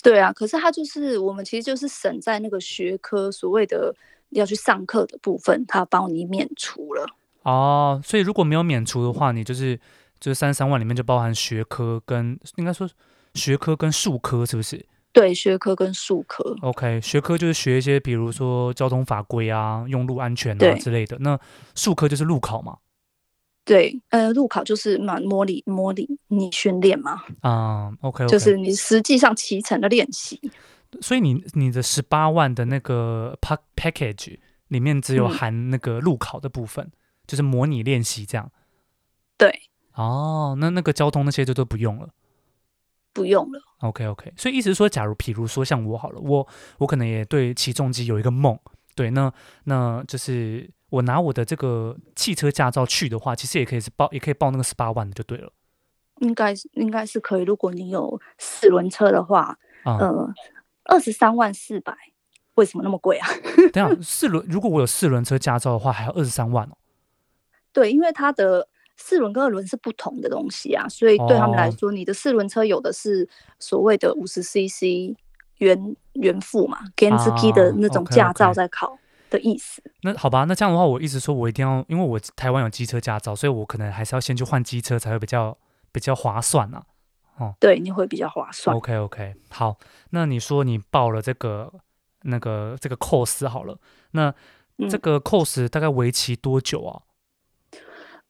B: 对啊，可是它就是我们其实就是省在那个学科所谓的要去上课的部分，它帮你免除了。
A: 哦，所以如果没有免除的话，你就是就是三三万里面就包含学科跟应该说学科跟术科是不是
B: 对，学科跟术科，
A: ？OK，学科就是学一些比如说交通法规啊、用路安全啊
B: 对
A: 之类的，那术科就是路考嘛。
B: 对，呃，路考就是嘛，模拟模拟你训练嘛，
A: 啊、o k OK，
B: 就是你实际上骑乘的练习。
A: 所以你你的十八万的那个 pack package 里面只有
B: 嗯
A: 含那个路考的部分，就是模拟练习这样。
B: 对，
A: 哦，那那个交通那些就都不用了。
B: 不用了。
A: OK OK，所以意思是说，假如比如说像我好了，我我可能也对起重机有一个梦，对，那那就是我拿我的这个汽车驾照去的话，其实也可以是报，也可以报那个十八万的就对了。
B: 应该是应该是可以，如果你有四轮车的话，
A: 啊、
B: 呃，二十三万四百，为什么那么贵啊？
A: 等一下四轮，如果我有四轮车驾照的话，还要二十三万哦。
B: 对，因为它的四轮跟二轮是不同的东西啊，所以对他们来
A: 哦
B: 说，你的四轮车有的是所谓的五十 CC 原原付嘛 g a n z k i 的那种
A: 啊，OK，OK
B: 驾照在考的意思。
A: 那好吧，那这样的话，我一直说我一定要，因为我台湾有机车驾照，所以我可能还是要先去换机车才会比较比较划算啊。
B: 对，你会比较划算。
A: OK OK，好，那你说你报了这个那个这个 course 好了，那
B: 嗯
A: 这个 course 大概为期多久啊？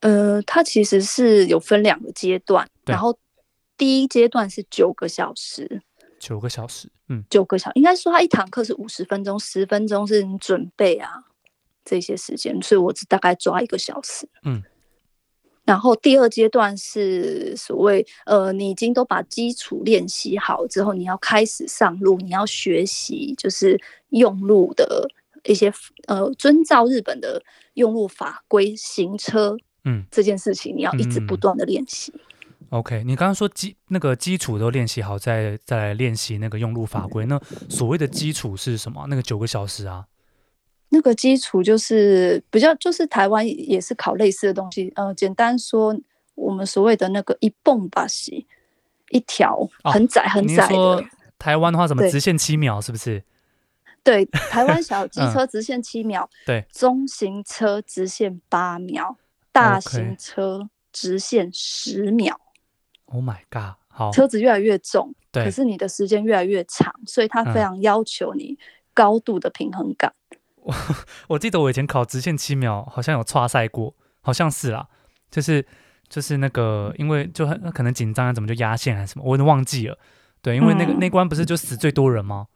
B: 呃，它其实是有分两个阶段，
A: 对
B: 然后第一阶段是九个小时，
A: 九个小时，嗯，
B: 九个小应该说它一堂课是五十分钟，十分钟是你准备啊这些时间，所以我只大概抓一个小时。
A: 嗯，
B: 然后第二阶段是所谓呃，你已经都把基础练习好之后，你要开始上路，你要学习就是用路的一些呃，遵照日本的用路法规行车，
A: 嗯，
B: 这件事情你要一直不
A: 嗯
B: 断的练习。
A: OK，你刚刚说基那个基础都练习好，再再来练习那个用路法规。那所谓的基础是什么？那个九个小时啊？
B: 那个基础就是比较，就是台湾也是考类似的东西。呃，简单说，我们所谓的那个一蹦把戏，一条，
A: 哦
B: 很窄很
A: 您
B: 窄
A: 说
B: 的。
A: 台湾的话，怎么
B: 对
A: 直线七秒？是不是？
B: 对，台湾小机
A: 嗯
B: 车直线七秒，
A: 对，
B: 中型车直线八秒，大
A: OK
B: 型车直线十秒。
A: Oh my god！好，
B: 车子越来越重，
A: 对嗯
B: 可是你的时间越来越长，所以它非常要求你高度的平衡感。
A: 我记得我以前考直线七秒，好像有差赛过，好像是啦、就是就是那个，因为就很可能紧张啊，怎么就压线还是什么，我有点忘记了。对，因为那个、
B: 嗯
A: 那关不是就死最多人吗？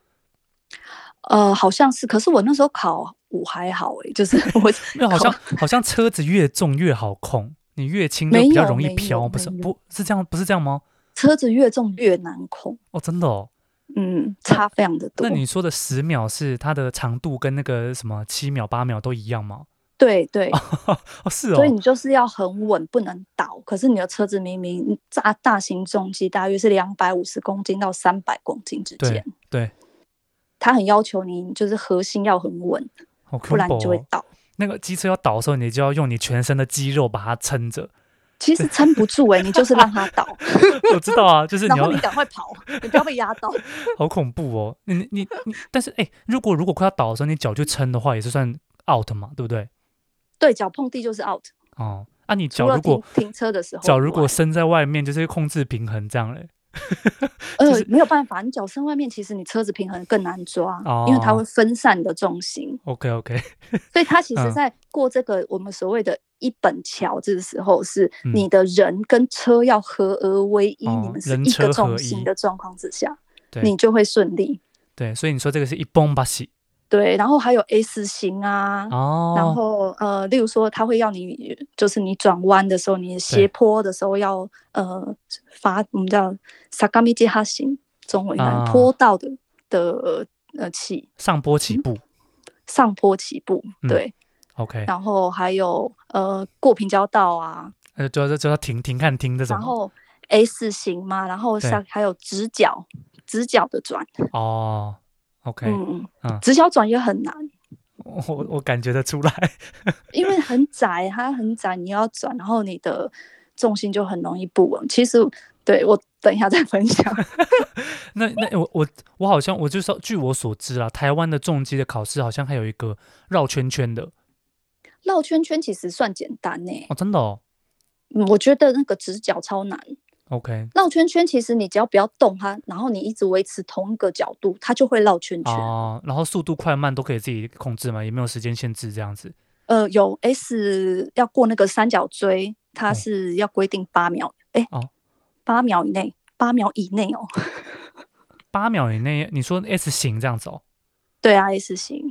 B: 呃，好像是，可是我那时候考五还好诶、就是 我
A: 因为好
B: 考
A: 像好像车子越重越好控，你越轻就
B: 没
A: 比较
B: 有
A: 容易
B: 没有
A: 飘，不是
B: 没有
A: 不是这样，不是这样吗？
B: 车子越重越难控，
A: 哦，真的哦。
B: 嗯，差非常的多
A: 那。你说的十秒是它的长度跟那个什么七秒八秒都一样吗？
B: 对对，
A: 哦，是哦。
B: 所以你就是要很稳，不能倒。可是你的车子明明大大型重机大约是两百五十公斤到三百公斤之间，
A: 对，
B: 它很要求你就是核心要很稳，
A: 好恐
B: 不然
A: 怖、
B: 你就会
A: 哦。
B: 倒。
A: 那个机车要倒的时候，你就要用你全身的肌肉把它撑着。
B: 其实撑不住欸 诶、你就是让它倒，
A: 我知道啊，就是你
B: 然
A: 要
B: 后你赶快跑，你不要被压到。
A: 好恐怖哦！你你你你，但是哎、如果如果快要倒的时候，你脚去撑的话，也是算 out 嘛，对不对？
B: 对，脚碰地就是 out。
A: 哦，啊，你
B: 除
A: 脚
B: 了
A: 如果
B: 停停车的时候以外，
A: 脚如果伸在外面，就是控制平衡这样嘞。
B: 呃
A: 就是
B: 没有办法，你脚伸外面，其实你车子平衡更难抓，
A: 哦
B: 因为它会分散你的重心。
A: OK OK，
B: 所以它其实
A: 嗯
B: 在过这个我们所谓的一本桥这个时候，是
A: 嗯
B: 你的人跟车要合而为一，
A: 哦
B: 你们是
A: 人
B: 一
A: 车合
B: 个
A: 一
B: 重心的状况之下，
A: 对
B: 你就会顺利。
A: 对，所以你说这个是一崩把洗
B: 对，然后还有 S 型啊。
A: 哦，
B: 然后呃，例如说，他会要你，就是你转弯的时候，你斜坡的时候要呃发，我们叫萨嘎米吉哈型，中文应该
A: 啊
B: 坡道的的呃起
A: 上坡
B: 嗯
A: 起步、
B: 上坡起步，
A: 嗯
B: 对，
A: OK，
B: 然后还有呃过平交道啊，
A: 呃，就就就要停停看停这种
B: 然后 S 型嘛，然后
A: 对
B: 像还有直角直角的转，
A: 哦。OK，、
B: 嗯
A: 嗯
B: 嗯，直角转也很难，
A: 我我我感觉得出来，
B: 因为很窄，它很窄，你要转，然后你的重心就很容易不稳。其实对我等一下再分享，
A: 那那我我我好像我就说，据我所知啊，台湾的重机的考试好像还有一个绕圈圈的
B: 绕圈圈其实算简单呢、
A: 哦，真的哦。
B: 嗯我觉得那个直角超难。
A: OK，
B: 绕圈圈其实你只要不要动它，然后你一直维持同一个角度，它就会绕圈圈。
A: 哦，然后速度快慢都可以自己控制嘛，也没有时间限制这样子。
B: 呃，有 S 要过那个三角锥，它
A: 哦
B: 是要规定八秒，哎、
A: 哦
B: 八秒以内，八秒以内哦。
A: 八秒以内，你说 S 型这样子哦
B: 对啊，S 型，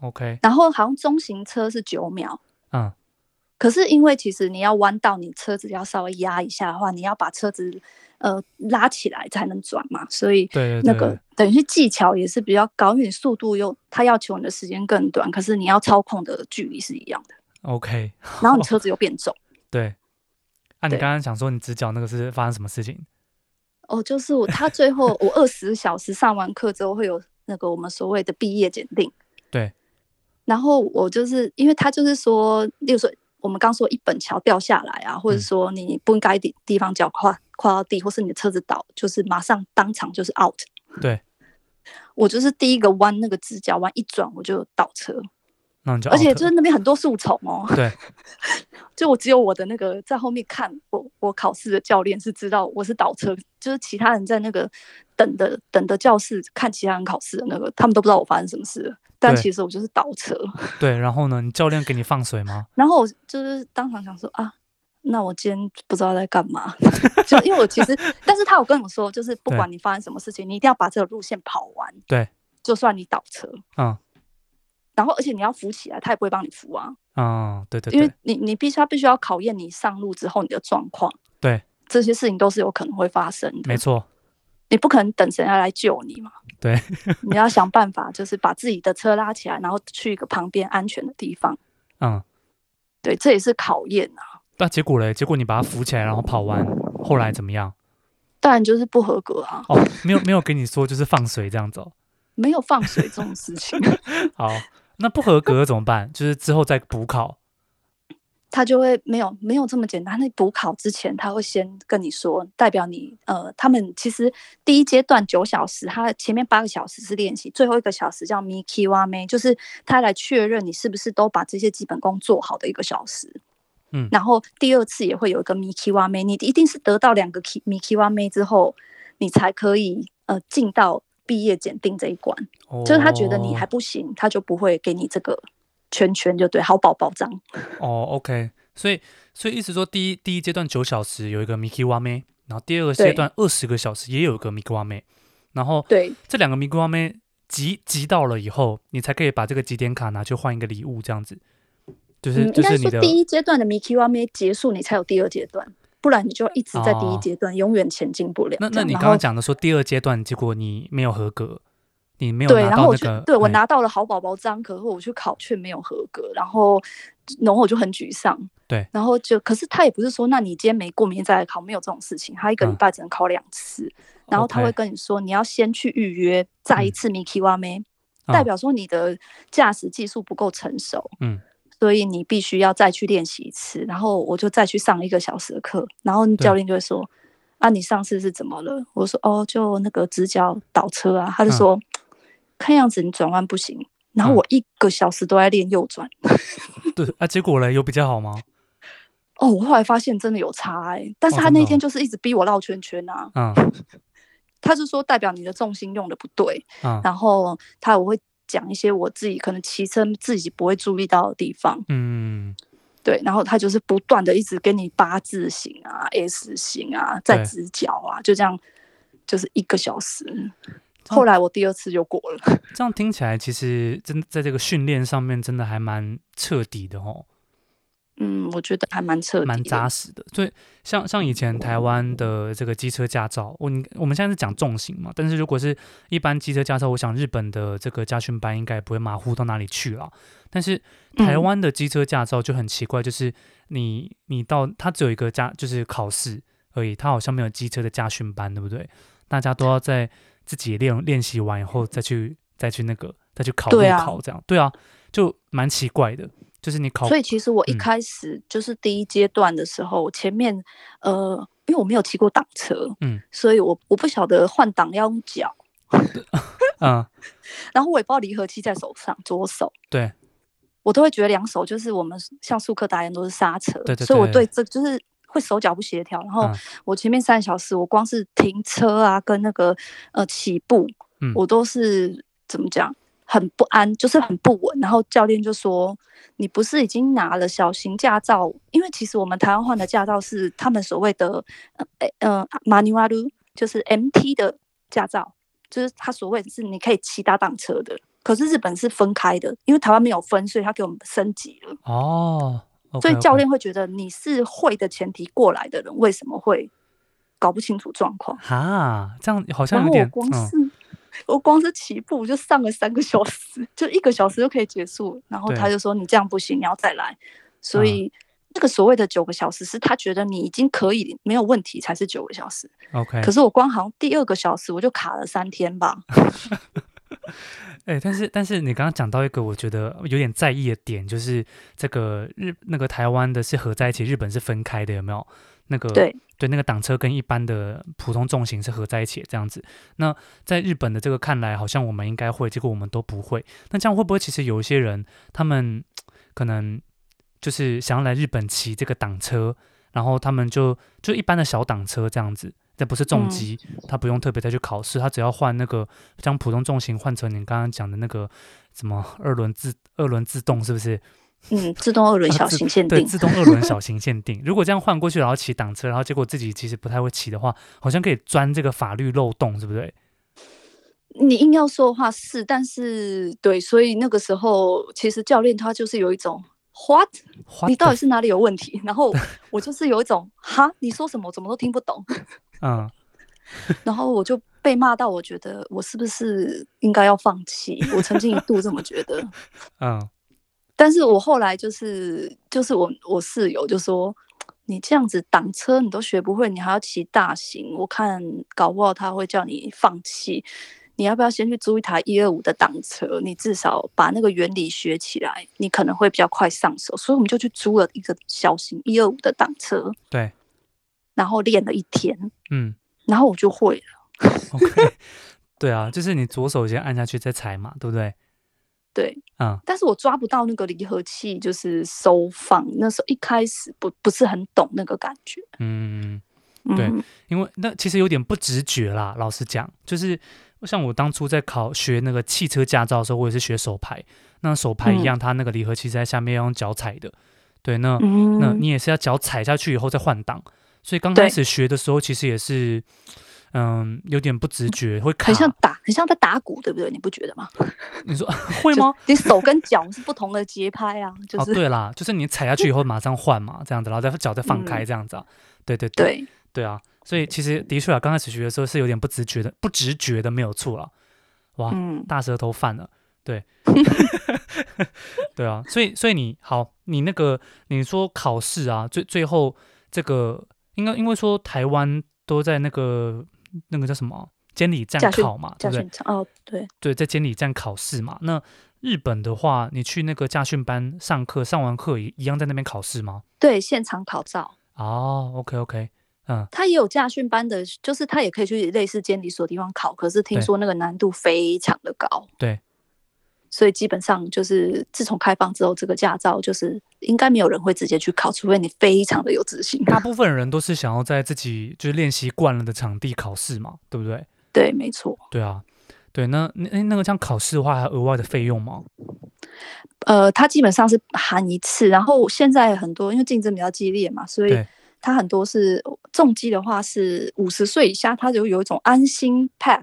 A: ，OK，
B: 然后好像中型车是九秒，
A: 嗯，
B: 可是因为其实你要弯道，你车子要稍微压一下的话，你要把车子呃拉起来才能转嘛，所以
A: 对对对，
B: 那个等于是技巧也是比较高，因为你速度又它要求你的时间更短，可是你要操控的距离是一样的，
A: OK，
B: 然后你车子又变重。
A: 对。啊，你
B: 对
A: 刚刚想说你直角那个是发生什么事情？
B: 哦，就是我，他最后我二十小时上完课之后会有那个我们所谓的毕业检定。
A: 对。
B: 然后我就是因为他就是说，例如说我们刚说一本桥掉下来啊，或者
A: 嗯
B: 说你不应该地地方脚跨跨到地，或是你的车子倒，就是马上当场就是 out。
A: 对。
B: 我就是第一个弯那个直角弯一转我就倒车，
A: 那你就
B: 而且
A: out
B: 就是那边很多树丛哦，
A: 了对，
B: 就我只有我的那个在后面看我我考试的教练是知道我是倒车，就是其他人在那个等的等的教室看其他人考试的那个，他们都不知道我发生什么事了，但
A: 对
B: 其实我就是倒车。
A: 对，然后呢，你教练给你放水吗？
B: 然后我就是当场想说啊，那我今天不知道在干嘛， 就因为我其实，但是他有跟我说，就是不
A: 对
B: 管你发生什么事情，你一定要把这个路线跑完，
A: 对，
B: 就算你倒车，
A: 嗯
B: 然后而且你要扶起来，他也不会帮你扶啊，
A: 嗯，对对
B: 因为
A: 对
B: 你你必须他必须要考验你上路之后你的状况。
A: 对，
B: 这些事情都是有可能会发生的。
A: 没，错，
B: 你不可能等人家来救你嘛。
A: 对，
B: 你要想办法，就是把自己的车拉起来，然后去一个旁边安全的地方。
A: 嗯。
B: 对，这也是考验啊。
A: 那结果嘞？结果你把它扶起来，然后跑完，后来怎么样？
B: 当然就是不合格啊，
A: 哦，没有没有跟你说，就是放水这样子哦。
B: 没有放水这种事情。
A: 好，那不合格怎么办？就是之后再补考。
B: 他就会没有没有这么简单。那补考之前，他会先跟你说，代表你呃，他们其实第一阶段九小时，他前面八个小时是练习，最后一个小时叫 Miki w a m e 就是他来确认你是不是都把这些基本功做好的一个小时。
A: 嗯
B: 然后第二次也会有一个 Miki w a m e 你一定是得到两个 Ki- Miki w a m e 之后，你才可以呃进到毕业检定这一关。
A: 哦
B: 就是他觉得你还不行，他就不会给你这个圈圈，就对，好宝宝章。
A: 哦，OK，所以所以意思说，第一第一阶段九小时有一个 Miki 蛙妹，然后第二个阶
B: 对
A: 段二十个小时也有一个 Miki 蛙妹，然后
B: 对
A: 这两个 Miki 蛙妹集集到了以后，你才可以把这个几点卡拿去换一个礼物，这样子，就是、
B: 嗯，应
A: 就
B: 该
A: 是你
B: 说
A: 的
B: 第一阶段的 Miki w a m e 结束，你才有第二阶段，不然你就一直在第一
A: 哦
B: 阶段，永远前进不了。
A: 那
B: 这
A: 那
B: 样
A: 你
B: 然
A: 刚刚
B: 后
A: 讲的说第二阶段，结果你没有合格，你没有
B: 对，
A: 拿
B: 然后
A: 到
B: 我
A: 那
B: 就、
A: 个，
B: 对我
A: 哎
B: 拿到了好宝宝章，可是我去考却没有合格，然后然后我就很沮丧。
A: 对，
B: 然后就可是他也不是说，那你今天没过，明天再来考，没有这种事情。他一个礼
A: 嗯
B: 拜只能考两次，然后他会
A: OK
B: 跟你说，你要先去预约再一
A: 嗯
B: 次 Miki w a m e
A: 嗯
B: 代表说你的驾驶技术不够成熟，
A: 嗯，
B: 所以你必须要再去练习一次，然后我就再去上一个小时的课，然后教练就会说：“啊，你上次是怎么了？”我说：“哦，就那个直角倒车啊。”他就说：“看样子你转弯不行。”然后
A: 嗯
B: 我一个小时都在练右转，
A: 对啊，结果嘞有比较好吗？
B: 哦，我后来发现真的有差哎、但是
A: 哦
B: 他
A: 真的
B: 那
A: 哦
B: 天就是一直逼我绕圈圈啊，
A: 嗯
B: 他就说代表你的重心用的不对，
A: 嗯
B: 然后他我会讲一些我自己可能骑车自己不会注意到的地方，
A: 嗯，
B: 对，然后他就是不断的一直给你八字形啊、S 型啊、再
A: 对
B: 直角啊，就这样，就是一个小时。后来我第二次就过了，
A: 这样听起来其实真在这个训练上面真的还蛮彻底的哦。
B: 嗯，我觉得还蛮彻底的，
A: 蛮扎实的。所以像像以前台湾的这个机车驾照，我你我们现在是讲重型嘛，但是如果是一般机车驾照，我想日本的这个家训班应该也不会马虎到哪里去了。但是台
B: 嗯
A: 湾的机车驾照就很奇怪，就是你你到它只有一个驾就是考试而已，它好像没有机车的驾训班，对不对？大家都要在自己练练习完以后再去再去那个再去考路
B: 对啊
A: 考这样，对啊，就蛮奇怪的。就是你考
B: 所以其实我一
A: 嗯
B: 开始就是第一阶段的时候，我前面呃，因为我没有骑过挡车，
A: 嗯，
B: 所以我我不晓得换挡要用脚，
A: 嗯
B: 然后我也不知道离合器在手上，左手。
A: 对
B: 我都会觉得两手就是我们像速克达人都是刹车，
A: 对对
B: 所以我
A: 对
B: 对这就是会手脚不协调。然后
A: 嗯
B: 我前面三个小时，我光是停车啊，跟那个呃起步，
A: 嗯
B: 我都是怎么讲，很不安，就是很不稳。然后教练就说：“你不是已经拿了小型驾照？因为其实我们台湾换的驾照是他们所谓的呃诶呃马尼瓦鲁，就是 MT 的驾照。”就是他所谓是你可以骑搭档车的，可是日本是分开的，因为台湾没有分，所以他给我们升级了。
A: 哦。
B: 所以
A: OK，OK
B: 教练会觉得你是会的前提过来的人，为什么会搞不清楚状况？
A: 哈，这样好像
B: 然
A: 有
B: 后我
A: 点，
B: 光
A: 嗯
B: 是、 我光是起步我就上了三个小时，就一个小时就可以结束了。然后
A: 对嗯
B: 他就说你这样不行，你要再来。所以那个所谓的九个小时，是他觉得你已经可以没有问题才是九个小时。
A: ，OK，
B: 可是我光好像第二个小时我就卡了三天吧。
A: 嗯哎、但是但是你刚刚讲到一个我觉得有点在意的点，就是这个日那个台湾的是合在一起，日本是分开的，有没有？那个
B: 对
A: 对，那个挡车跟一般的普通重型是合在一起的这样子。那在日本的这个看来，好像我们应该会，结果我们都不会。那这样会不会其实有一些人，他们可能就是想要来日本骑这个挡车，然后他们就就一般的小挡车这样子，这不是重
B: 嗯
A: 机，他不用特别再去考试，他只要换那个将普通重型换成你刚刚讲的那个什么二轮自二轮自动是不是？
B: 嗯，自 动二轮小
A: 呃啊自
B: 型限
A: 对，
B: 定，
A: 自动二轮小型限定。如果这样换过去，然后骑挡车，然后结果自己其实不太会骑的话，好像可以钻这个法律漏洞，是不对？
B: 你硬要说的话是，但是对，所以那个时候其实教练他就是有一种 what，
A: 花
B: 你到底是哪里有问题？ 然后我就是有一种哈，你说什么我怎么都听不懂，
A: 嗯，
B: 然后我就被骂到，我觉得我是不是应该要放弃？我曾经一度这么觉得，
A: 嗯，
B: 但是我后来就是就是我我室友就说。你这样子挡车你都学不会，你还要骑大型，我看搞不好他会叫你放弃。你要不要先去租一台一二五的挡车？你至少把那个原理学起来，你可能会比较快上手。所以我们就去租了一个小型一二五的挡车，
A: 对，
B: 然后练了一天，
A: 嗯
B: 然后我就会了。
A: ，OK，对啊，就是你左手先按下去再踩嘛，对不对？
B: 对，
A: 嗯，
B: 但是我抓不到那个离合器，就是收放。那时候一开始不不是很懂那个感觉。
A: 嗯，
B: 嗯、
A: 对因为那其实有点不直觉啦，老实讲，就是像我当初在考学那个汽车驾照的时候，我也是学手排，那手
B: 嗯
A: 排一样，它那个离合器是在下面要用脚踩的，对，那
B: 嗯，
A: 那你也是要脚踩下去以后再换挡，所以刚
B: 对
A: 开始学的时候其实也是，嗯，有点不直觉，会卡
B: 很。像打，很像在打鼓，对不对？你不觉得吗？
A: 你说会吗？？
B: 你手跟脚是不同的节拍啊，就是、
A: 哦，对啦，就是你踩下去以后马上换嘛，这样子，然后再脚再放开这样子啊，对对对
B: 嗯对
A: 对啊，所以其实的确啊，刚开始学的时候是有点不直觉的，不直觉的没有错啦。哇，
B: 嗯，
A: 大舌头犯了，对， 对啊，所以所以你好，你那个你说考试啊，最最后这个应该因为说台湾都在那个那个叫什么啊监理站
B: 驾训
A: 考嘛，对
B: 驾
A: 不对
B: 训？场哦，对，
A: 对，在监理站考试嘛。那日本的话，你去那个驾训班上课，上完课一一样在那边考试吗？
B: 对，现场考照，
A: 哦，OK OK，嗯，
B: 他也有驾训班的，就是他也可以去类似监理所地方考，可是听
A: 对
B: 说那个难度非常的高，
A: 对，
B: 所以基本上就是自从开放之后，这个驾照就是应该没有人会直接去考，除非你非常的有自信。
A: 大部分人都是想要在自己就是练习惯了的场地考试嘛，对不对？
B: 对，没错。
A: 对啊，对，那那诶那个像考试的话，还有额外的费用吗？
B: 呃，它基本上是含一次，然后现在很多因为竞争比较激烈嘛，所以
A: 对
B: 它很多是重击的话是五十岁以下，它就有一种安心 pack，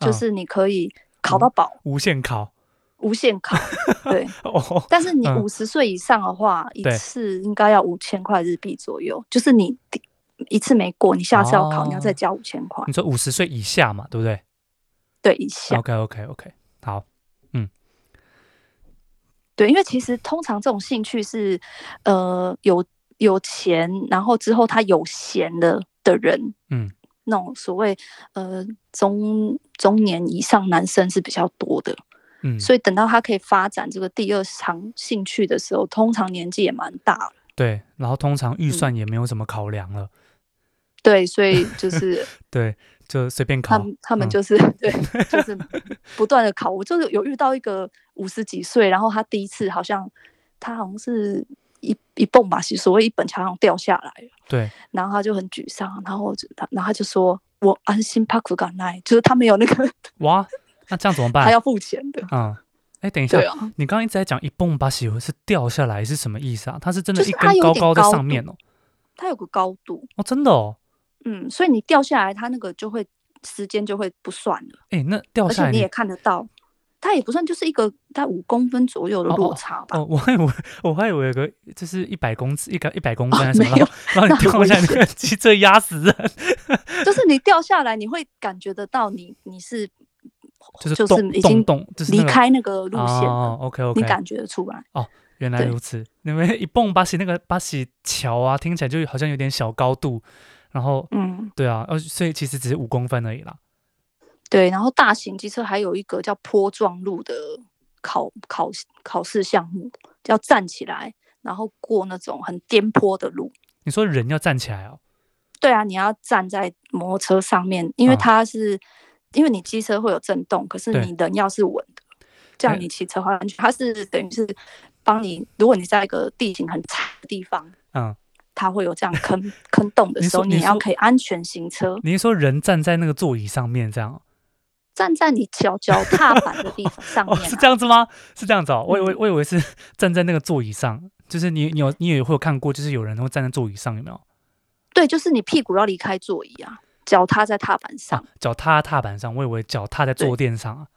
A: 啊
B: 就是你可以考到饱，
A: 无限考
B: 无限 考。对，
A: 哦，
B: 但是你
A: 嗯
B: 五十岁以上的话，一
A: 对
B: 次应该要五千块日币左右，就是你第一次没过，你下次要考，你要再
A: 哦
B: 交五千块，
A: 你说五十岁以下嘛，对不对
B: 对，以下。
A: ？OK OK OK，好，
B: 对，因为其实通常这种兴趣是，呃，有有钱，然后之后他有闲的的人，
A: 嗯，
B: 那种所谓呃中中年以上男生是比较多的，
A: 嗯，
B: 所以等到他可以发展这个第二场兴趣的时候，通常年纪也蛮大了。
A: 对，然后通常
B: 嗯
A: 预算也没有什么考量了，
B: 对，所以 就是
A: 对，就随便
B: 他
A: 考，
B: 们他们
A: 嗯
B: 就是、 对， 就是不断的考。我就是有遇到一个五十几岁，然后他第一次好像他好像是一一蹦吧，所谓一本墙上掉下来了。
A: 对，
B: 然后他就很沮丧，然后我就他，然后他就说：“我安心 park 敢来，就是他没有那 个，
A: 哇，那这样怎么办
B: 他？要付钱的。
A: 嗯，哎，等一下
B: 对，啊，
A: 你刚刚一直在讲一蹦把喜是掉下来是什么意思啊？它是真的
B: 就
A: 一
B: 是它
A: 根
B: 有
A: 高
B: 点
A: 高在
B: 高
A: 上
B: 度
A: 面哦，
B: 他有个高度，
A: 哦，真的哦，
B: 嗯，所以你掉下来，他那个就会时间就会不算了，
A: 哎，那掉
B: 而
A: 下
B: 且
A: 来
B: 你
A: 你
B: 也看得到，他也不算就是一个在五公分左右的
A: 哦
B: 落
A: 哦
B: 差吧。
A: 哦，我还以为我还以为有个就是一百公尺一个一百公
B: 哦
A: 分还是什么，
B: 没有
A: 然后然后你
B: 那很
A: 掉
B: 危
A: 下来那个机车压死 人，
B: 就是你掉下来，你会感觉得到你你是
A: 就是
B: 就
A: 动
B: 已
A: 动
B: 经
A: 动，就是
B: 离
A: 那个
B: 开那个路线了，
A: 哦，OK OK，
B: 你感觉得出来。
A: 原来
B: 对
A: 如此。因为一蹦巴西那个巴西桥啊，听起来就好像有点小高度，然后
B: 嗯，
A: 对啊，呃，所以其实只是五公分而已啦。
B: 对。然后大型机车还有一个叫坡状路的考考考试项目，要站起来，然后过那种很颠簸的路。
A: 你说人要站起来哦，
B: 对啊，你要站在摩托车上面，因为
A: 啊
B: 它是、因为你机车会有震动，可是
A: 对
B: 你人要是稳的，这样
A: 哎
B: 你骑车会安全。它是等于是帮你，如果你在一个地形很差的地方，
A: 嗯，
B: 它会 有这样坑坑洞的时候，
A: 你说
B: 你
A: 你
B: 要
A: 说
B: 可以安全行车，
A: 你是说人站在那个座椅上面这样哦？
B: 站在你脚脚踏板的地方 上
A: 哦，
B: 面、
A: 是
B: 啊。
A: 这样子吗？是这样子哦，我以为
B: 嗯
A: 我以为是 站在那个座椅上，就是你你有你也会有看过，就是有人会站在座椅上，有没有？
B: 对，就是你屁股要离开座椅啊，脚踏在踏板上。
A: 啊，脚踏踏板上，我以为脚踏在坐
B: 对
A: 垫 上啊。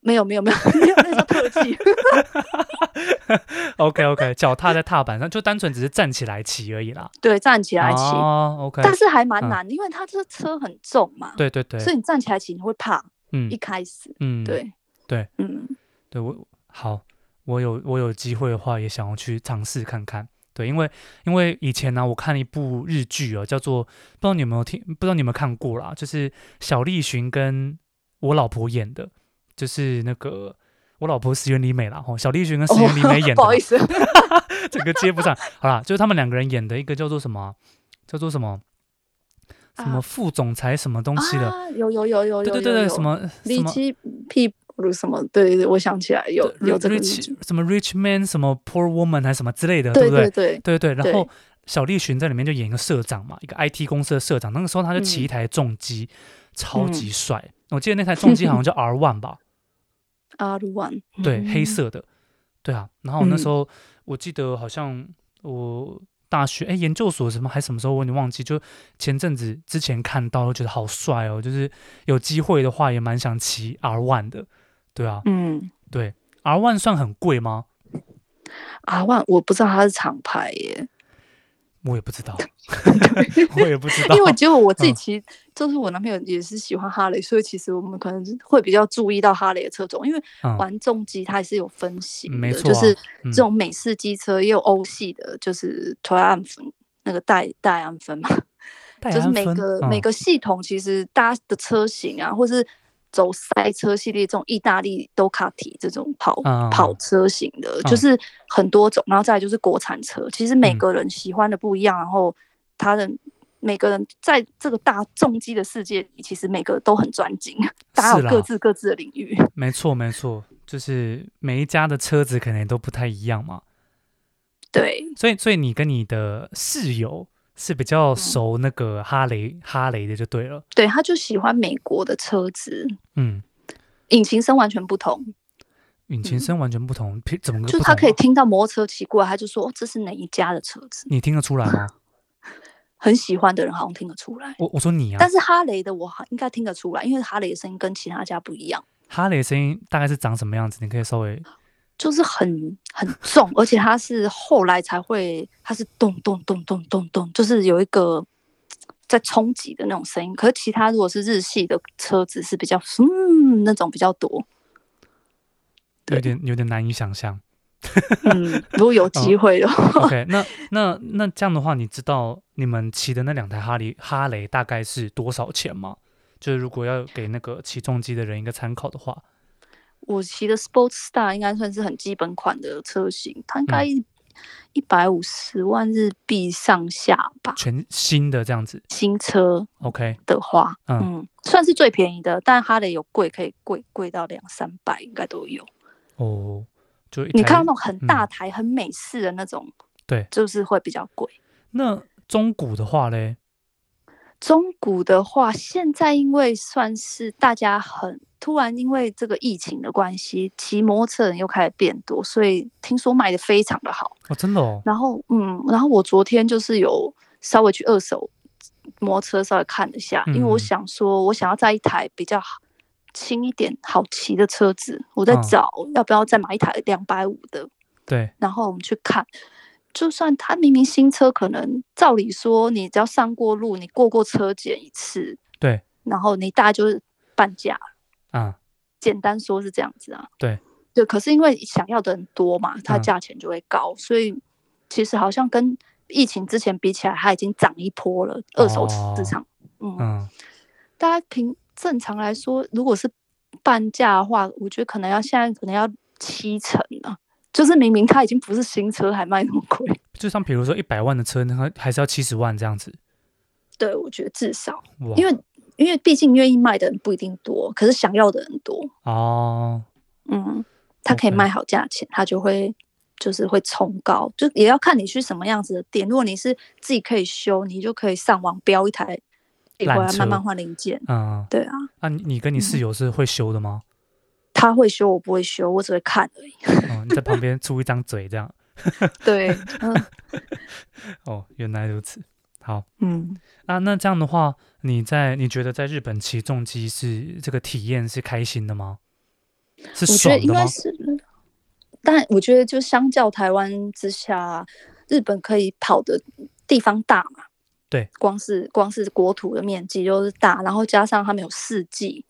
B: 没有没有没 有没有，那叫特技。
A: OK OK，脚踏在踏板上，就单纯只是站起来骑而已啦。
B: 对，站起来骑，
A: 哦，OK，
B: 但是还蛮
A: 嗯
B: 难的，因为它这车很重嘛，
A: 对对对，
B: 所以你站起来骑你会怕。
A: 嗯
B: 一开始，
A: 嗯，
B: 对
A: 对，
B: 嗯，
A: 对我好，我有我有机会的话，也想要去尝试看看。对，因为因为以前呢、我看一部日剧哦，叫做不知道你有没有听，不知道你有没有看过啦，就是小栗旬跟我老婆演的，就是那个我老婆石原里美啦，吼，小栗旬跟石原 里美演的，
B: 不好意思，啊
A: 整个接不上。好啦，就是他们两个人演的一个叫做什么啊，叫做什么什么
B: 啊
A: 副总裁什么东西的，
B: 啊，有有有有有，
A: 对对对对，
B: 有
A: 什么什
B: 离
A: 么
B: 奇屁股什么？对对对，我想起来有有这个名
A: rich
B: 字，
A: 什么 rich man 什么 poor woman 还是什么之类的，
B: 对
A: 不对？
B: 对，
A: 对对，然后
B: 对嗯
A: 小栗旬在里面就演一个社长嘛，一个 IT 公司的社长。那个时候他就骑一台重机，超
B: 嗯
A: 级帅。我记得那台重机好像叫 R One 吧，
B: 阿鲁万，
A: 对，
B: 嗯
A: 黑，色的，对啊。然后那
B: 嗯
A: 时候我记得好像我大学哎研究所什么还什么时候我有点忘记，就前阵子之前看到，觉得好帅哦，就是有机会的话也蛮想骑 R One 的，对啊。
B: 嗯，
A: R One 算很贵吗？
B: 阿万，我不知道它是厂牌耶，
A: 我也不知道， 我也不知道
B: 因为我结果我自己
A: 嗯
B: 骑，就是我男朋友也是喜欢哈雷，所以其实我们可能会比较注意到哈雷的车种，因为
A: 嗯
B: 玩重机它还是有分型
A: 没
B: 的，
A: 错啊
B: 就是
A: 嗯
B: 这种美式机车也有欧系的，就是推案分那个带带安分嘛，
A: 戴
B: 就是
A: 安
B: 每
A: 芬
B: 个、
A: 嗯
B: 每个系统其实搭的车型啊，或是走塞车系列这种意大利都卡提这种跑、
A: 嗯
B: 跑车型的，
A: 嗯
B: 就是很多种，然后再来就是国产车，其实每个人喜欢的不一样，然后他的。每个人在这个大重机的世界里，其实每个都很专 精，大家
A: 是
B: 有
A: 啦
B: 各自各自的领域。
A: 没错，没错，就是每一家的车子可能都不太一样嘛，
B: 对，
A: 所以，所以你跟你的室友是比
B: 嗯
A: 较熟那个哈雷、哈雷的就对了，
B: 对，他就喜欢美国的车子，
A: 嗯，
B: 引擎声完全不同，
A: 引擎声完全不同，屁怎么个
B: 嗯
A: 不
B: 就是
A: 同啊
B: 他可以
A: 法
B: 听到摩托车骑过来，他就说、哦这是哪一家的车子，
A: 你听得出来吗？
B: 很喜欢的人好像听得出来。
A: 我我说你啊
B: 但，是哈雷的我好应该听得出来，因为哈雷的声音跟其他家不一样，
A: 哈雷声音大概是长什么样子？你可以稍微
B: 就是很很重，而且它是后来才会，它是咚咚咚咚咚咚，就是有一个在冲击的那种声音。可是其他如果是日系的车子是比较嗯那种比较多，
A: 有
B: 对
A: 点有点难以想 象。
B: 嗯，如果有机会的话，
A: OK，那那那这样的话，你知道你们骑的那两台哈雷哈雷大概是多少钱吗？就是如果要给那个起重机的人一个参考的话，
B: 我骑的 Sports Star 应该算是很基本款的车型，它应该一百五十万日币上下吧。
A: 全新的这样子
B: 新车
A: ，OK，
B: 的话，
A: 嗯
B: 嗯算是最便宜的，但哈雷有贵，可以贵贵到两三百，应该都有。
A: 哦，就一
B: 你
A: 台
B: 看到那种很大
A: 嗯
B: 台、很美式的那种，
A: 对
B: 就是会比较贵。
A: 那中古的话嘞，
B: 中古的话，现在因为算是大家很突然，因为这个疫情的关系，骑摩托车的人又开始变多，所以听说卖的非常的好。
A: 哦，真的哦，
B: 然后嗯，然后我昨天就是有稍微去二手摩托车稍微看了一下，因为我
A: 嗯
B: 想说，我想要在一台比较好轻一点、好骑的车子，我在
A: 嗯
B: 找要不要再买一台两百五的，
A: 对，
B: 然后我们去看。就算它明明新车，可能照理说你只要上过路，你过过车检一次，
A: 对，
B: 然后你大概就是半价
A: 啊，
B: 简单说是这样子啊。
A: 对，
B: 对，可是因为想要的人多嘛，它
A: 嗯
B: 价钱就会高，所以其实好像跟疫情之前比起来，它已经涨一波了。二手市场，嗯，
A: 哦嗯，
B: 大家平正常来说，如果是半价的话，我觉得可能要现在可能要七成啊。就是明明它已经不是新车，还卖那么贵。
A: 就像比如说一百万的车，那还还是要七十万这样子，
B: 对，我觉得至少，
A: 哇，
B: 因为因为毕竟愿意卖的人不一定多，可是想要的人多。
A: 哦，
B: 嗯，它可以
A: OK
B: 卖好价钱，它就会就是会冲高，就也要看你去什么样子的店。如果你是自己可以修，你就可以上网标一台，自己回
A: 烂
B: 来慢慢
A: 车
B: 换零件。
A: 嗯，
B: 对啊，
A: 那、你你跟你室友是会修的 吗？
B: 他会修，我不会修，我只会看而已。
A: 哦，你在旁边出一张嘴这样，
B: 对， 嗯
A: 哦，原来如此，好。
B: 嗯，
A: 啊，那这样的话，你在你觉得在日本骑重机是这个体验是开心的吗？是
B: 我觉
A: 爽
B: 得应
A: 的吗
B: 该？是，但我觉得就相较台湾之下，日本可以跑的地方大嘛。
A: 对，
B: 光是光是国土的面积就是大，然后加上他们有四季，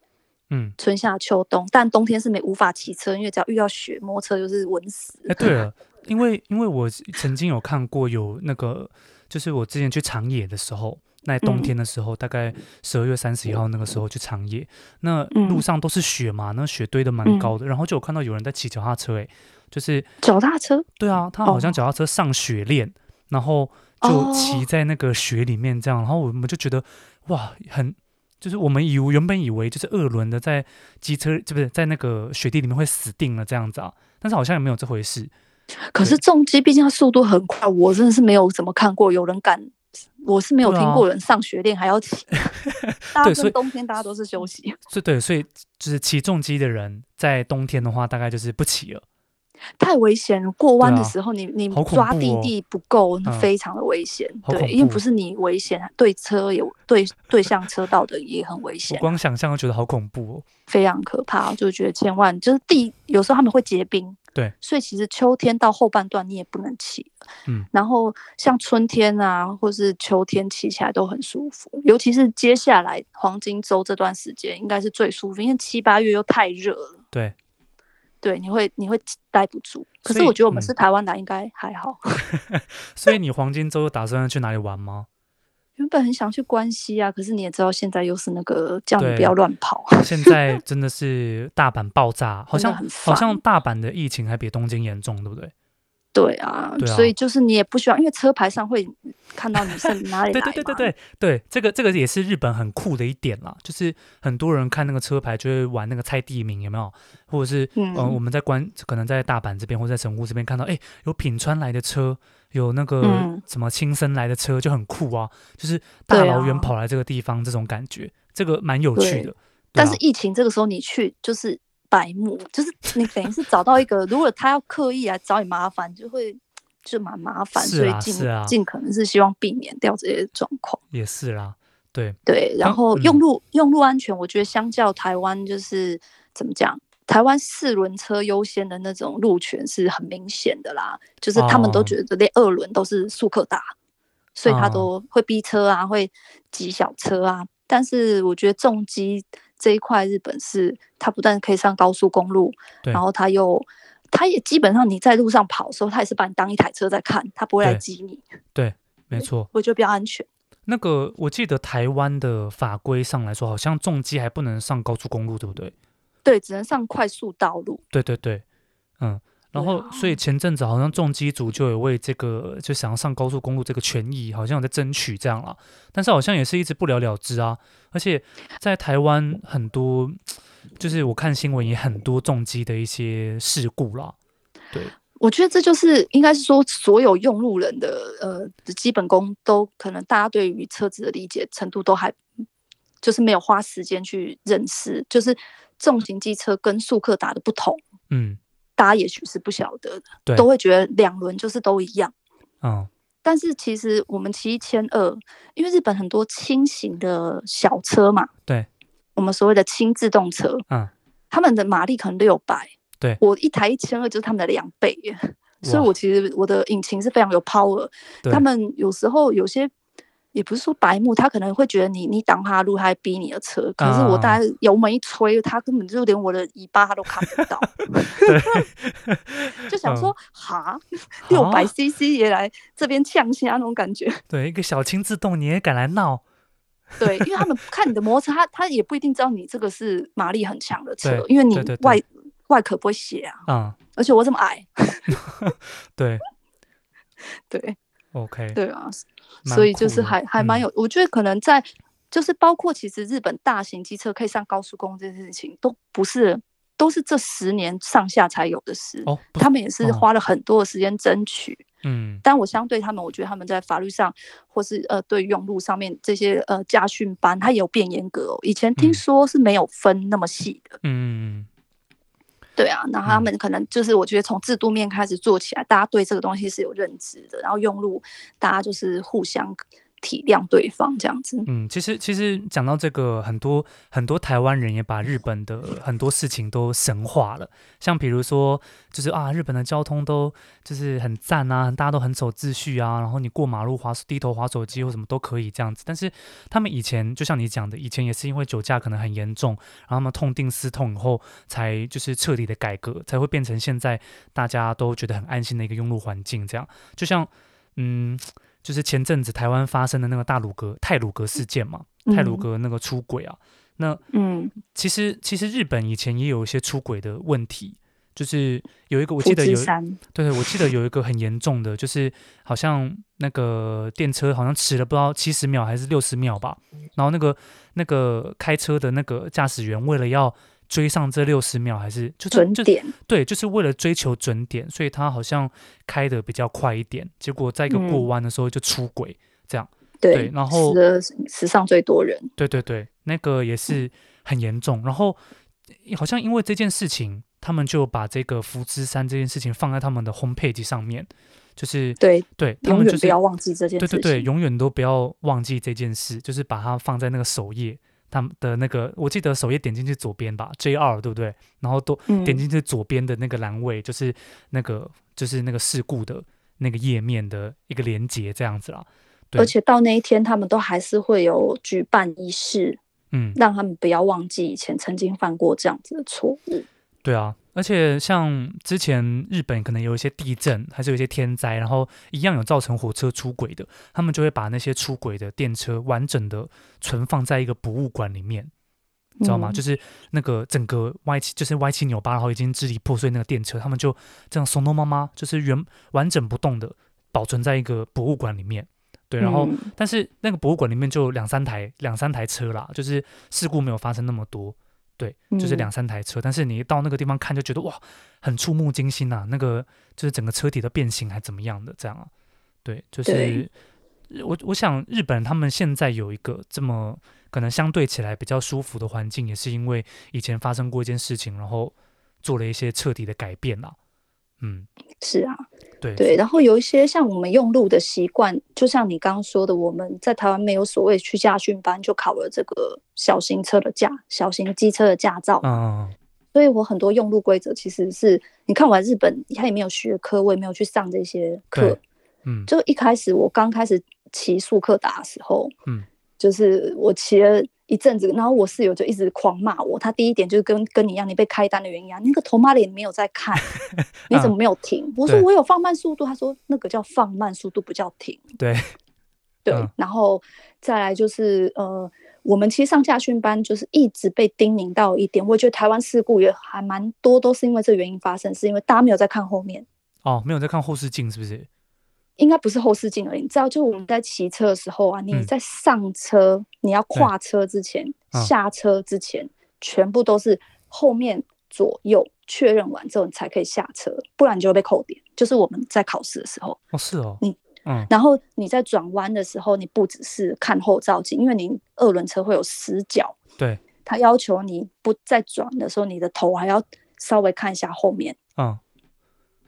A: 嗯，
B: 春夏秋冬，但冬天是没无法骑车，因为只要遇到雪，摩托车就是稳死。
A: 哎，对了，因为因为我是曾经有看过有那个，就是我之前去长野的时候，那冬天的时候，大概十二月三十一号那个时候去长野，那路上都是雪嘛，那雪堆的蛮高的，然后就有看到有人在骑脚踏车、欸，诶，就是
B: 脚踏车，
A: 对啊，他好像脚踏车上雪链，然后就骑在那个雪里面这样，然后我们就觉得哇，很。就是我们以为原本以为就是二轮的在机车，这不是在那个雪地里面会死定了这样子啊，但是好像也没有这回事。
B: 可是重机毕竟它速度很快，我真的是没有怎么看过有人敢，我是没有听过有人上雪链还 要骑。大家
A: 啊所以
B: 冬天大家都是休息。
A: 对对，所以就是骑重机的人在冬天的话，大概就是不骑了。
B: 太危险了！过弯的时候你，你、
A: 啊
B: 你
A: 好恐怖
B: 抓地
A: 哦
B: 力不够，
A: 嗯
B: 非常的危险。
A: 好恐
B: 对，因为
A: 怖
B: 不是你危险，对车也对对向车道的也很危
A: 我
B: 险，
A: 光想象就觉得好恐怖哦。
B: 非常可怕。就觉得千万就是地，有时候他们会结冰，
A: 对，
B: 所以其实秋天到后半段你也不能骑。
A: 嗯，
B: 然后像春天啊，或是秋天骑起来都很舒服，尤其是接下来黄金周这段时间应该是最舒服，因为七八月又太热了。
A: 对，
B: 对，你会你会待不住。可
A: 所
B: 是
A: 以
B: 我觉得我们
A: 嗯
B: 是台湾来，应该还好。
A: 所以你黄金周打算去哪里玩吗？
B: 原本很想去关西啊，可是你也知道，现在又是那个叫你
A: 对
B: 不要乱跑，
A: 现在真的是大阪爆炸，好像
B: 真的很
A: 好
B: 烦
A: 像大阪的疫情还比东京严重，对不对？
B: 对啊，
A: 对啊
B: 所以就是你也不需要，因为车牌上会看到你是哪里来
A: 对
B: 嘛
A: 对对对对对，这个这个也是日本很酷的一点啦，就是很多人看那个车牌就会玩那个猜地名，有没有？或者是嗯、呃
B: 嗯
A: 我们在关可能在大阪这边或在神户这边看到，哎，有品川来的车，有那个
B: 嗯
A: 什么青森来的车，就很酷啊，就是大
B: 对啊
A: 老远跑来这个地方，这种感觉，这个蛮有趣
B: 对
A: 的。对
B: 但
A: 啊
B: 是疫情这个时候你去就是白目，就是你等于是找到一个，如果他要刻意来找你麻烦，就会就蛮麻烦，
A: 是
B: 所以
A: 啊是
B: 尽、
A: 啊
B: 尽可能是希望避免掉这些状况。
A: 也是啦，对，
B: 对，然
A: 当
B: 后
A: 嗯
B: 用路、用路安全，我觉得相较台湾就是怎么讲，台湾四轮车优先的那种路权是很明显的啦，就是他们
A: 哦
B: 都觉得连二轮都是速克达，所以他
A: 哦
B: 都会逼车啊，会挤小车啊。但是我觉得重机这一块，日本是它不但可以上高速公路，
A: 对
B: 然后它又。它也基本上你在路上跑的时候，它也是把你当一台车在看，它不会来
A: 对
B: 挤你，
A: 没错。
B: 我觉得比较安全。
A: 那个我记得台湾的法规上来说，好像重机还不能上高速公路，对不对？
B: 对，只能上快速道路。
A: 对对对，嗯。然
B: 对
A: 后，所以前阵子好像重机组就有为这个就想要上高速公路这个权益，好像有在争取这样啦。但是好像也是一直不了了之啊。而且在台湾很多，就是我看新闻也很多重机的一些事故啦。对，
B: 我觉得这就是应该是说，所有用路人的呃的基本功都可能大家对于车子的理解程度都还就是没有花时间去认识，就是重型机车跟速克达的不同，
A: 嗯
B: 大家也许是不晓得
A: 对
B: 的，都会觉得两轮就是都一样。
A: 嗯
B: 但是其实我们骑一千二，因为日本很多轻型的小车嘛，
A: 对，
B: 我们所谓的轻自动车，
A: 嗯，
B: 他们的马力可能六百，
A: 对
B: 我一台一千二就是他们的两倍耶，所以
A: 哇
B: 我其实我的引擎是非常有 power。
A: 对
B: 他们有时候有些也不是说白目，他可能会觉得你你挡他的路，他还逼你的车，可是我
A: 啊
B: 大概油门一吹，他根本就连我的尾巴他都看不
A: 啊
B: 到， 就想说哈，六百
A: 啊
B: CC 也来这边呛虾那种感觉。
A: 对一个小轻自动你也敢来闹？
B: 对，因为他们看你的摩擦，他他也不一定知道你这个是马力很强的车
A: 对，
B: 因为你
A: 对对对
B: 外外壳不会斜啊，
A: 嗯，
B: 而且我这么矮，
A: 对
B: 对
A: ，OK，
B: 对啊，
A: 蛮
B: 所以就是
A: 酷的
B: 还还蛮
A: 嗯
B: 有，我觉得可能在就是包括其实日本大型机车可以上高速公路这件事情，都不是都是这十年上下才有的事。
A: 哦，不
B: 他们也是
A: 哦
B: 花了很多的时间争取，
A: 嗯，
B: 但我相对他们，我觉得他们在法律上，或是呃对用路上面这些呃驾训班，它也有变严格哦。以前
A: 嗯
B: 听说是没有分那么细的，
A: 嗯，
B: 对啊，那他们可能就是我觉得从制度面开始做起来，大家对这个东西是有认知的，然后用路大家就是互相体谅对方这样子。
A: 嗯，其实其实讲到这个，很多很多台湾人也把日本的很多事情都神化了，像比如说，就是啊，日本的交通都就是很赞啊，大家都很守秩序啊，然后你过马路滑低头滑手机或什么都可以这样子。但是他们以前就像你讲的，以前也是因为酒驾可能很严重，然后他们痛定思痛以后，才就是彻底的改革，才会变成现在大家都觉得很安心的一个用路环境。这样，就像嗯，就是前阵子台湾发生的那个大鲁阁泰鲁阁事件嘛，
B: 嗯
A: 泰鲁阁那个出轨啊，那
B: 嗯，
A: 其实其实日本以前也有一些出轨的问题，就是有一个我
B: 富
A: 记得有
B: 士山，
A: 对对，我记得有一个很严重的，就是好像那个电车好像迟了不知道七十秒还是六十秒吧，然后那个那个开车的那个驾驶员为了要追上这六十秒，还是就
B: 准
A: 是就
B: 点，
A: 对，就是为了追求准点，所以他好像开的比较快一点，结果在一个过
B: 嗯
A: 弯的时候就出轨。对
B: 对，
A: 然后
B: 死了史上最多人，
A: 对对对，那个也是很严重。然后好像因为这件事情，他们就把这个福之山这件事情放在他们的 homepage 上面，就是
B: 对，
A: 对他
B: 永
A: 们就
B: 远不
A: 是
B: 要忘记这件
A: 对
B: 事
A: 对
B: 情。
A: 对，永远都不要忘记这件事，就是把它放在那个首页，他们的那个我记得首页点进去左边吧，JR 对不对？然后都
B: 嗯
A: 点进去左边的那个栏位，就是那个就是那个事故的那个页面的一个连接这样子啦。对
B: 而且到那一天，他们都还是会有举办仪式，
A: 嗯，
B: 让他们不要忘记以前曾经犯过这样子的错误。
A: 对啊，而且像之前日本可能有一些地震，还是有一些天灾，然后一样有造成火车出轨的，他们就会把那些出轨的电车完整的存放在一个博物馆里面。你知道吗？
B: 嗯
A: 就是那个整个歪七，就是歪七扭八，然后已经支离破碎那个电车，他们就这样怂东妈妈，就是原完整不动的保存在一个博物馆里面。对，然后、
B: 嗯
A: 但是那个博物馆里面就有两三台两三台车啦，就是事故没有发生那么多。对，就是
B: 嗯
A: 两三台车，但是你一到那个地方看，就觉得哇，很触目惊心呐、那个就是整个车体的变形还怎么样的这样啊？对，就是
B: 对
A: 我我想日本他们现在有一个这么可能相对起来比较舒服的环境，也是因为以前发生过一件事情，然后做了一些彻底的改变啦。嗯，
B: 是啊，
A: 对，
B: 对，然后有一些像我们用路的习惯，就像你刚刚说的，我们在台湾没有所谓去驾训班，就考了这个小型车的驾、小型机车的驾照。
A: 嗯，
B: 所以我很多用路规则其实是，你看我在日本，他也没有学科，我也没有去上这些课
A: 对。嗯，
B: 就一开始我刚开始骑速克达的时候，
A: 嗯，
B: 就是我骑了一阵子，然后我室友就一直狂骂我。他第一点就是跟跟你一样，你被开单的原因啊，那个头妈脸没有在 看，你怎么没有停？我说
A: 嗯对
B: 我有放慢速度，他说那个叫放慢速度，不叫停。
A: 对，
B: 对，
A: 嗯
B: 然后再来就是呃，我们其实上下训班就是一直被叮咛到一点，我觉得台湾事故也还蛮多，都是因为这原因发生，是因为大家没有在看后面。
A: 哦，没有在看后视镜是不是？
B: 应该不是后视镜而已，你知道，就我们在骑车的时候啊，你
A: 嗯
B: 在上车、你要跨车之前、
A: 嗯
B: 下车之前，全部都是后面左右确认完之后，你才可以下车，不然你就会被扣点。就是我们在考试的时候，
A: 哦，是哦，
B: 嗯
A: 嗯，
B: 然后你在转弯的时候，你不只是看后照镜，因为你二轮车会有死角，
A: 对，
B: 它要求你不在转的时候，你的头还要稍微看一下后面，
A: 嗯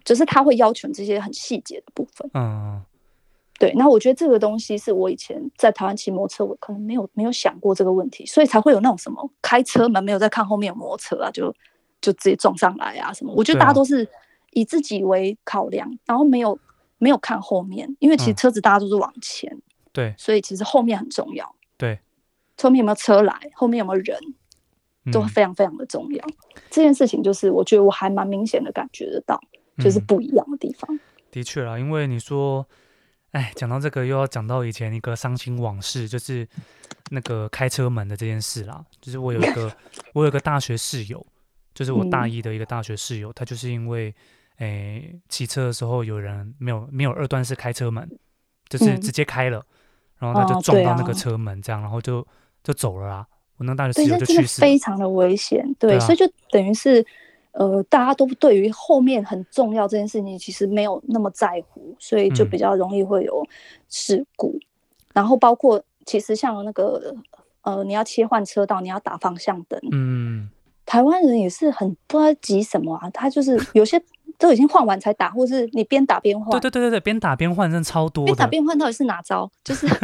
B: 就是它会要求你这些很细节的部分。
A: 嗯嗯，
B: 对，那我觉得这个东西是我以前在台湾骑摩托车，我可能没有没有想过这个问题，所以才会有那种什么开车门没有在看后面有摩托车啊，就就直接撞上来啊什么。我觉得
A: 对啊
B: 大家都是以自己为考量，然后没有没有看后面，因为其实
A: 嗯
B: 车子大家都是往前，
A: 对
B: 所以其实后面很重要。
A: 对，
B: 后面有没有车来，后面有没有人，
A: 嗯
B: 都非常非常的重要。这件事情就是我觉得我还蛮明显的感觉得到，就是
A: 嗯
B: 不一样的地方。
A: 的确啦，因为你说，哎，讲到这个又要讲到以前一个伤心往事，就是那个开车门的这件事啦。就是我有一 个我有个大学室友，就是我大
B: 嗯
A: 一的一个大学室友，他就是因为，哎，骑车的时候有人没有没有二段式开车门，就是
B: 嗯
A: 直接开了，然后他就
B: 哦
A: 撞
B: 对
A: 到那
B: 啊
A: 个车门，这样，然后就就走了啦。我那个大学
B: 对，
A: 室友
B: 那
A: 就
B: 真的
A: 去世了。
B: 非常的危险。对，
A: 对啊
B: 所以就等于是，呃，大家都对于后面很重要这件事情其实没有那么在乎，所以就
A: 嗯
B: 比较容易会有事故。然后包括其实像那个，呃，你要切换车道，你要打方向灯，
A: 嗯，
B: 台湾人也是很不知道急什么啊，他就是 有些都已经换完才打，或是你边打边换。
A: 嗯对对对对对，边打边换，真的超多
B: 边打
A: 的。
B: 边换到底是哪招？就是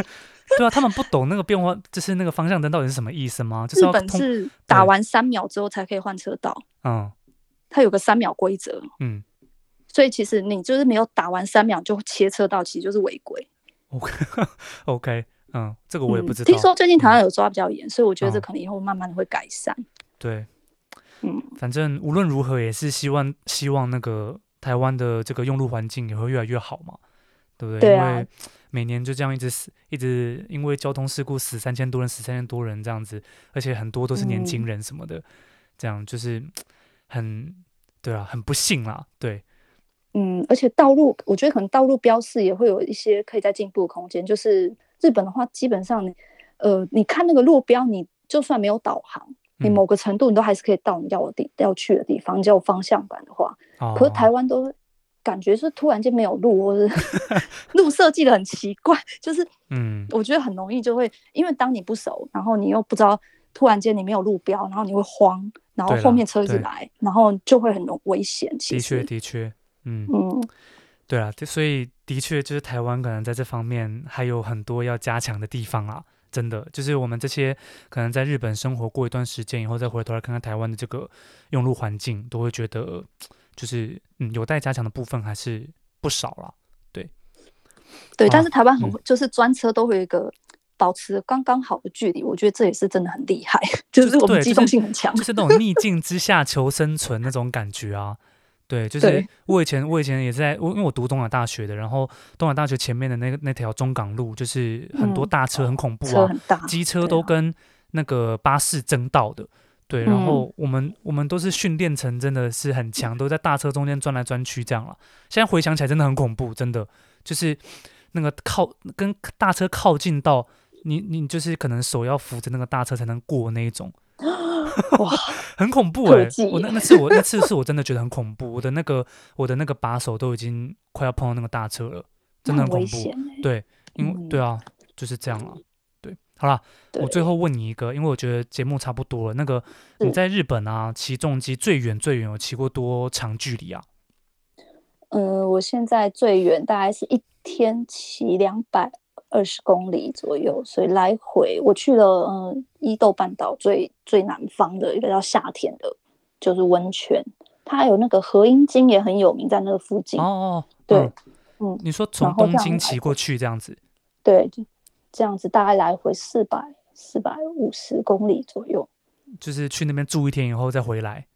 A: 对啊，他们不懂那个变换，就是那个方向灯到底是什么意思吗？就是
B: 日
A: 要
B: 本
A: 通
B: 是打完三秒之后才可以换车道，
A: 嗯
B: 它有个三秒规则。
A: 嗯
B: 所以其实你就是没有打完三秒就切车道，其实就是违规。
A: ，OK OK，嗯，这个我也不
B: 嗯
A: 知道。
B: 听说最近台湾有抓比较严，所以我觉得这
A: 哦
B: 可能以后慢慢的会改善。
A: 对，
B: 嗯，
A: 反正无论如何也是希望希望那个台湾的这个用路环境也会越来越好嘛。对不对？
B: 对
A: 因
B: 啊
A: 为每年就这样一直死，一直因为交通事故死三千多人，死三千多人这样子，而且很多都是年轻人什么的，这样就是很对啊，很不幸啦，对，
B: 嗯，而且道路，我觉得可能道路标示也会有一些可以在进步的空间。就是日本的话，基本上你，呃，你看那个路标，你就算没有导航，你
A: 嗯
B: 某个程度你都还是可以到你要的地要去的地方。你只要有方向感的话，
A: 哦，
B: 可是台湾都感觉是突然间没有路，或是 路设计的很奇怪，就是
A: 嗯
B: 我觉得很容易就会，因为当你不熟，然后你又不知道，突然间你没有路标，然后你会慌，然后
A: 对啦
B: 后面车一直
A: 对
B: 来，然后就会很容危险。其
A: 的确
B: 实，
A: 的确，嗯，
B: 嗯。
A: 对啊，所以的确就是台湾可能在这方面还有很多要加强的地方啦。真的，就是我们这些可能在日本生活过一段时间以后，再回头来看看台湾的这个用路环境，都会觉得就是嗯有待加强的部分还是不少啦。
B: 对，但
A: 啊
B: 是台湾很
A: 嗯
B: 会、就是专车都会有一个保持刚刚好的距离，我觉得这也是真的很厉害， 就是我
A: 对
B: 们机
A: 就
B: 动
A: 是
B: 性很强。
A: 就是那种逆境之下求生存那种感觉啊。对，就是
B: 对
A: 我以前我以前也在，我因为我读东海大学的，然后东海大学前面的那个那条中港路，就是很多
B: 嗯
A: 大车，很恐怖
B: 车
A: 啊，
B: 很大，
A: 机车
B: 对
A: 都
B: 啊
A: 跟那个巴士争道的。对，然
B: 嗯
A: 后我们、我们都是训练成真的是很强，都在大车中间钻来钻去这样了。现在回想起来真的很恐怖，真的就是那个靠跟大车靠近到你你就是可能手要扶着那个大车才能过那一种，
B: 哇，
A: 很恐 怖
B: 特
A: 哎、
B: 技
A: 我那那次我那次是我真的觉得很恐怖，我的那个我的那个把手都已经快要碰到那个大车了，真的
B: 那
A: 很恐
B: 很危
A: 怖。
B: 险欸。
A: 对，因为、
B: 嗯
A: 对啊，就是这样了。对，好啦，我
B: 对
A: 最后问你一个，因为我觉得节目差不多了。那个你
B: 是
A: 在日本啊，骑重机最远最远有骑过多长距离啊？
B: 嗯，我现在最远大概是一天骑两百二十公里左右，所以来回我去了嗯伊豆半岛最最南方的一个叫夏天的，就是温泉，它有那个和音津也很有名，在那个附近。
A: 哦哦，
B: 对
A: 嗯
B: 嗯
A: 你说从
B: 然后
A: 东
B: 这样
A: 京
B: 来
A: 骑
B: 回
A: 过去这样子，
B: 对，就这样子大概来回四百四百五十公里左右。
A: 就是去那边住一天以后再回来，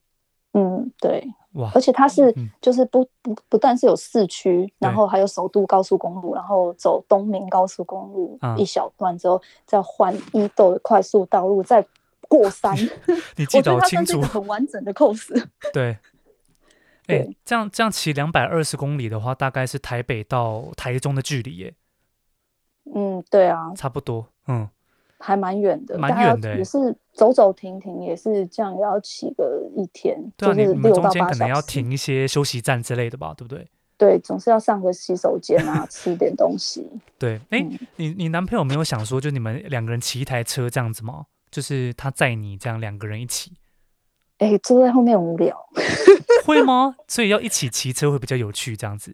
B: 嗯，对，
A: 哇
B: 而，且它是
A: 嗯
B: 就是不不不但是有市区，然
A: 对
B: 后还有首都高速公路，然后走东明高速公路
A: 啊
B: 一小段之后，再换伊豆的快速道路，再 过山。
A: 你记得
B: 我觉得
A: 好
B: 它
A: 清
B: 算是一
A: 楚
B: 个。很完整的 cos。
A: 对，哎、
B: 对
A: 这样这样骑两百二十公里的话，大概是台北到台中的距离耶，
B: 嗯，对啊，
A: 差不多。嗯，
B: 还蛮远的，
A: 蛮
B: 大概要
A: 远的欸
B: 也是走走停停，也是这样，也要骑个一天，
A: 对啊，
B: 就
A: 你
B: 是
A: 你们
B: 六
A: 中
B: 到
A: 间
B: 八
A: 可能
B: 小
A: 要
B: 时。
A: 停一些休息站之类的吧，对不对？
B: 对，总是要上个洗手间 啊，吃点东西。
A: 对，哎、
B: 嗯
A: 你你男朋友没有想说，就你们两个人骑一台车这样子吗？就是他载你这样两个人一起，
B: 哎，坐在后面很无聊，
A: 会吗？ 所以要一起骑车会比较有趣，这样子。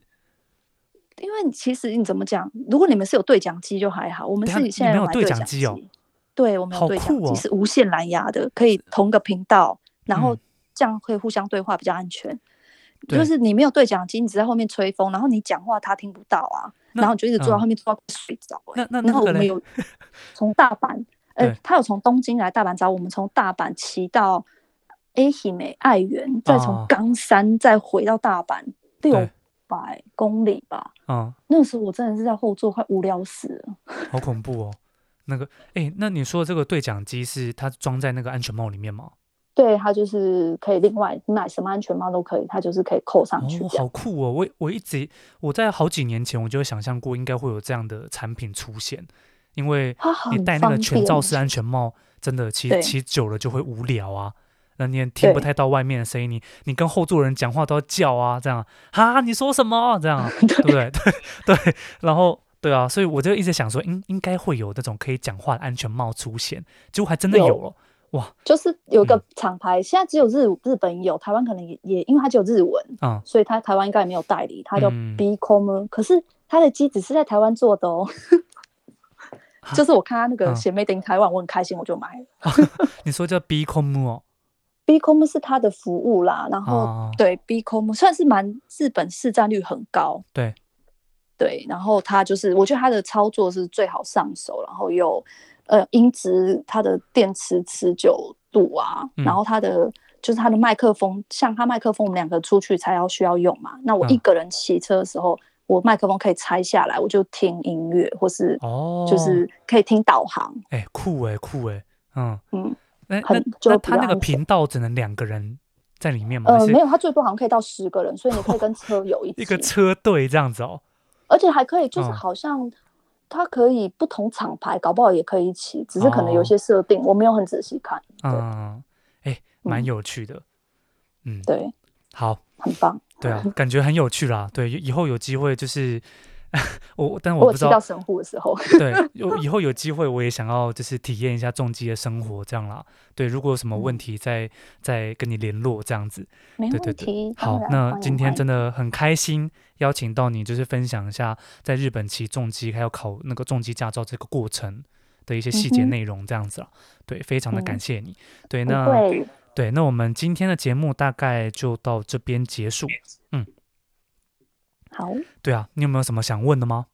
B: 因为你其实你怎么讲，如果你们是有对讲机就还好，我们
A: 等下
B: 自己现在
A: 你们有
B: 买
A: 对
B: 讲
A: 讲机哦
B: 对，我们
A: 好
B: 有对讲
A: 酷
B: 机、
A: 哦
B: 是无线蓝牙的，可以同个频道，然后
A: 嗯
B: 这样会互相对话比较安全。
A: 对
B: 就是你没有对讲机，你只在后面吹风，然后你讲话他听不到啊，
A: 那
B: 然后你就一直坐在
A: 嗯
B: 后面坐到快睡着、欸。
A: 那那
B: 然
A: 那
B: 后
A: 个
B: 我们
A: 嘞，
B: 有从大阪，呃
A: 对，
B: 他有从东京来大阪找我们，从大阪骑到 A 喜美爱媛，再
A: 啊
B: 从冈山再回到大阪，六
A: 对
B: 百公里吧。
A: 嗯，
B: 那时候我真的是在后座快无聊死了。
A: 好恐怖哦。那个，哎、那你说这个对讲机是它装在那个安全帽里面吗？
B: 对，它就是可以另外你买什么安全帽都可以，它就是可以扣上去
A: 哦，
B: 这样。
A: 好酷哦！我我一直我在好几年前我就有想象过应该会有这样的产品出现，因为
B: 它很
A: 你戴那个
B: 方
A: 全
B: 便
A: 罩式安全帽，真的骑
B: 对
A: 骑久了就会无聊啊。那你也听不
B: 对
A: 太到外面的声音，你你跟后座人讲话都要叫啊，这样哈，你说什么？这 样啊对不对？ 对对，然后对啊，所以我就一直想说，应应该会有那种可以讲话的安全帽出现，结果还真的有哦
B: 有
A: 了。
B: 就是有
A: 嗯
B: 一个厂牌，现在只有日日本有，台湾可能也也因为它只有日文，
A: 嗯
B: 所以它台湾应该也没有代理，它叫
A: 嗯
B: B Com，、可是它的机子是在台湾做的哦。 就是我看它
A: 啊
B: 那个姐妹顶台湾，我很开心，我就买了。
A: 你说叫 B com 哦，
B: B Com 是它的服务啦，然后、
A: 啊
B: 对 B Com 算是蛮日本市占率很高，
A: 对
B: 对，然后它就是我觉得它的操作是最好上手，然后又呃音质它的电池持久度啊，
A: 嗯
B: 然后它的就是它的麦克风，像它麦克风我们两个出去才要需要用嘛，那我
A: 嗯
B: 一个人骑车的时候。我麦克风可以拆下来，我就听音乐，或是
A: 哦，
B: 就是可以听导航，
A: 哎、酷哎、酷哎、嗯，
B: 嗯，
A: 那
B: 很
A: 那
B: 就
A: 那
B: 比
A: 他
B: 较
A: 那个
B: 安全
A: 频道只能两个人在里面吗？哦还
B: 呃，
A: 是
B: 没有，它最多好像可以到十个人，所以你可以跟车友一起，
A: 一个车队这样子哦。
B: 而且还可以，就是
A: 嗯
B: 好像它可以不同厂牌，搞不好也可以一起，只是可能有
A: 哦
B: 些设定我没有很仔细看。对
A: 嗯，哎、蛮
B: 嗯
A: 有趣的。嗯，
B: 对，
A: 好，
B: 很棒。
A: 对 啊，感觉很有趣啦。对，以后有机会就是。 我但我
B: 我有
A: 不
B: 骑
A: 知道
B: 到，神户的时候，
A: 对，有以后有机会我也想要就是体验一下重机的生活这样啦。对，如果有什么
B: 嗯
A: 问题再再跟你联络这样子。
B: 没
A: 对对
B: 问
A: 对
B: 题。，
A: 好
B: 当，然
A: 那
B: 欢迎
A: 今天
B: 欢
A: 真
B: 迎
A: 的很开心，邀请到你，就是分享一下在日本骑重机还有考那个重机驾照这个过程的一些细节
B: 嗯哼
A: 内容，这样子了。啊对，非常的感
B: 嗯
A: 谢你。对，
B: 不
A: 那
B: 会，
A: 对，那我们今天的节目大概就到这边结束。
B: 好，
A: 对啊，你有没有什么想问的吗？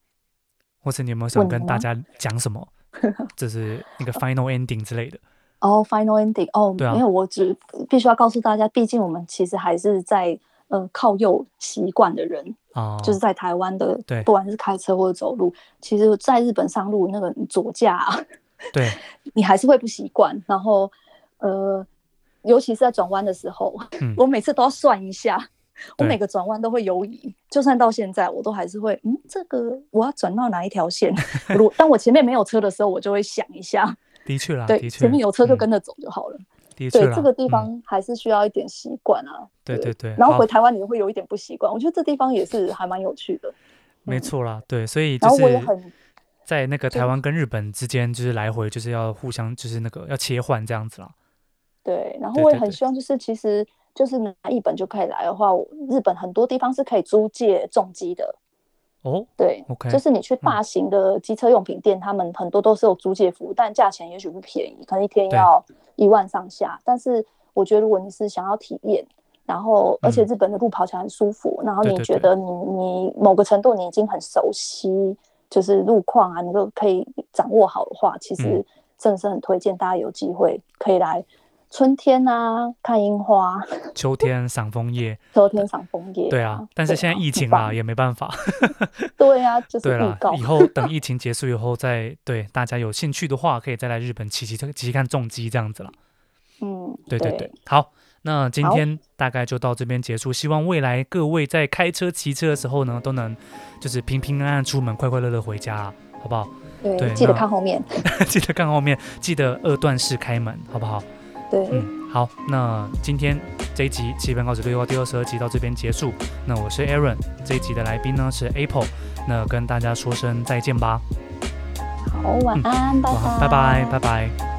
A: 或是你有没有想
B: 问的
A: 跟大
B: 吗
A: 家讲什 么？就是那个 final ending 之类的。
B: 哦、f i n a l ending，哦、
A: 对啊
B: 没有，我只必须要告诉大家，毕竟我们其实还是在呃靠右习惯的人，
A: 哦，
B: 就是在台湾的
A: 对，
B: 不管是开车或者走路，其实在日本上路那个左驾、啊，
A: 对，
B: 你还是会不习惯，然后呃，尤其是在转弯的时候，
A: 嗯
B: 我每次都要算一下。我
A: 对
B: 每个转弯都会犹疑，就算到现在，我都还是会，嗯，这个我要转到哪一 条线？如当我前面没有车的时候，我就会想一下，
A: 的确啦，
B: 对，
A: 啊的确，
B: 前面有车就
A: 嗯
B: 跟着走就好了。
A: 的确
B: 对
A: 啦，
B: 这个地
A: 嗯，
B: 方还是需要一点习惯啊。
A: 对对
B: 对
A: 对，
B: 然后
A: 好
B: 回台湾你会有一点不习惯，我觉得这地方也是还蛮有趣的。
A: 没
B: 嗯
A: 错啦，对，所以就
B: 然后
A: 是
B: 我也很
A: 在那个
B: 就
A: 台湾跟日本之间，就是来回就是要互相就是那个要切换这样子啦。
B: 对，然后
A: 对
B: 我也
A: 对
B: 很
A: 对
B: 希望就是其实就是拿一本就可以来的话，我日本很多地方是可以租借重机的。
A: 哦，
B: 对
A: OK，嗯
B: 就是你去大型的机车用品店，他们很多都是有租借服务，但价钱也许不便宜，可能一天
A: 对
B: 要一万上下。但是我觉得，如果你是想要体验，然后而且
A: 嗯
B: 日本的路跑起来很舒服，然后
A: 对
B: 你
A: 对
B: 觉得你你某个程度你已经很熟悉，就是路况啊，你都可以掌握好的话，其实
A: 嗯
B: 真的是很推荐大家有机会可以来春天啊看樱花，
A: 秋 天赏枫叶，
B: 秋天赏枫叶、
A: 对啊，但是现在疫情啦，
B: 嗯啊，
A: 也没办法。
B: 对啊，就是
A: 对
B: 预
A: 啦
B: 告，
A: 以后等疫情结束以后再对大家有兴趣的话，可以再来日本骑骑车、骑骑看重机这样子啦。
B: 嗯，
A: 对对对，，好，那今
B: 好
A: 天大概就到这边结束。希望未来各位在开车、骑车的时候呢，都能就是平平安安出门，快快乐乐回家啦，好不好？
B: 对，
A: 对
B: 记得
A: 那
B: 看后面。
A: 记得看后面，记得二段式开门，好不好？
B: 对，
A: 嗯，好，那今天这一集《七分高指对话》第二十二集到这边结束。那我是 Aaron，这一集的来宾呢是 Apple，那跟大家说声再见吧。
B: 好，晚安，拜
A: 晚嗯
B: 拜，
A: 安，拜拜，拜拜。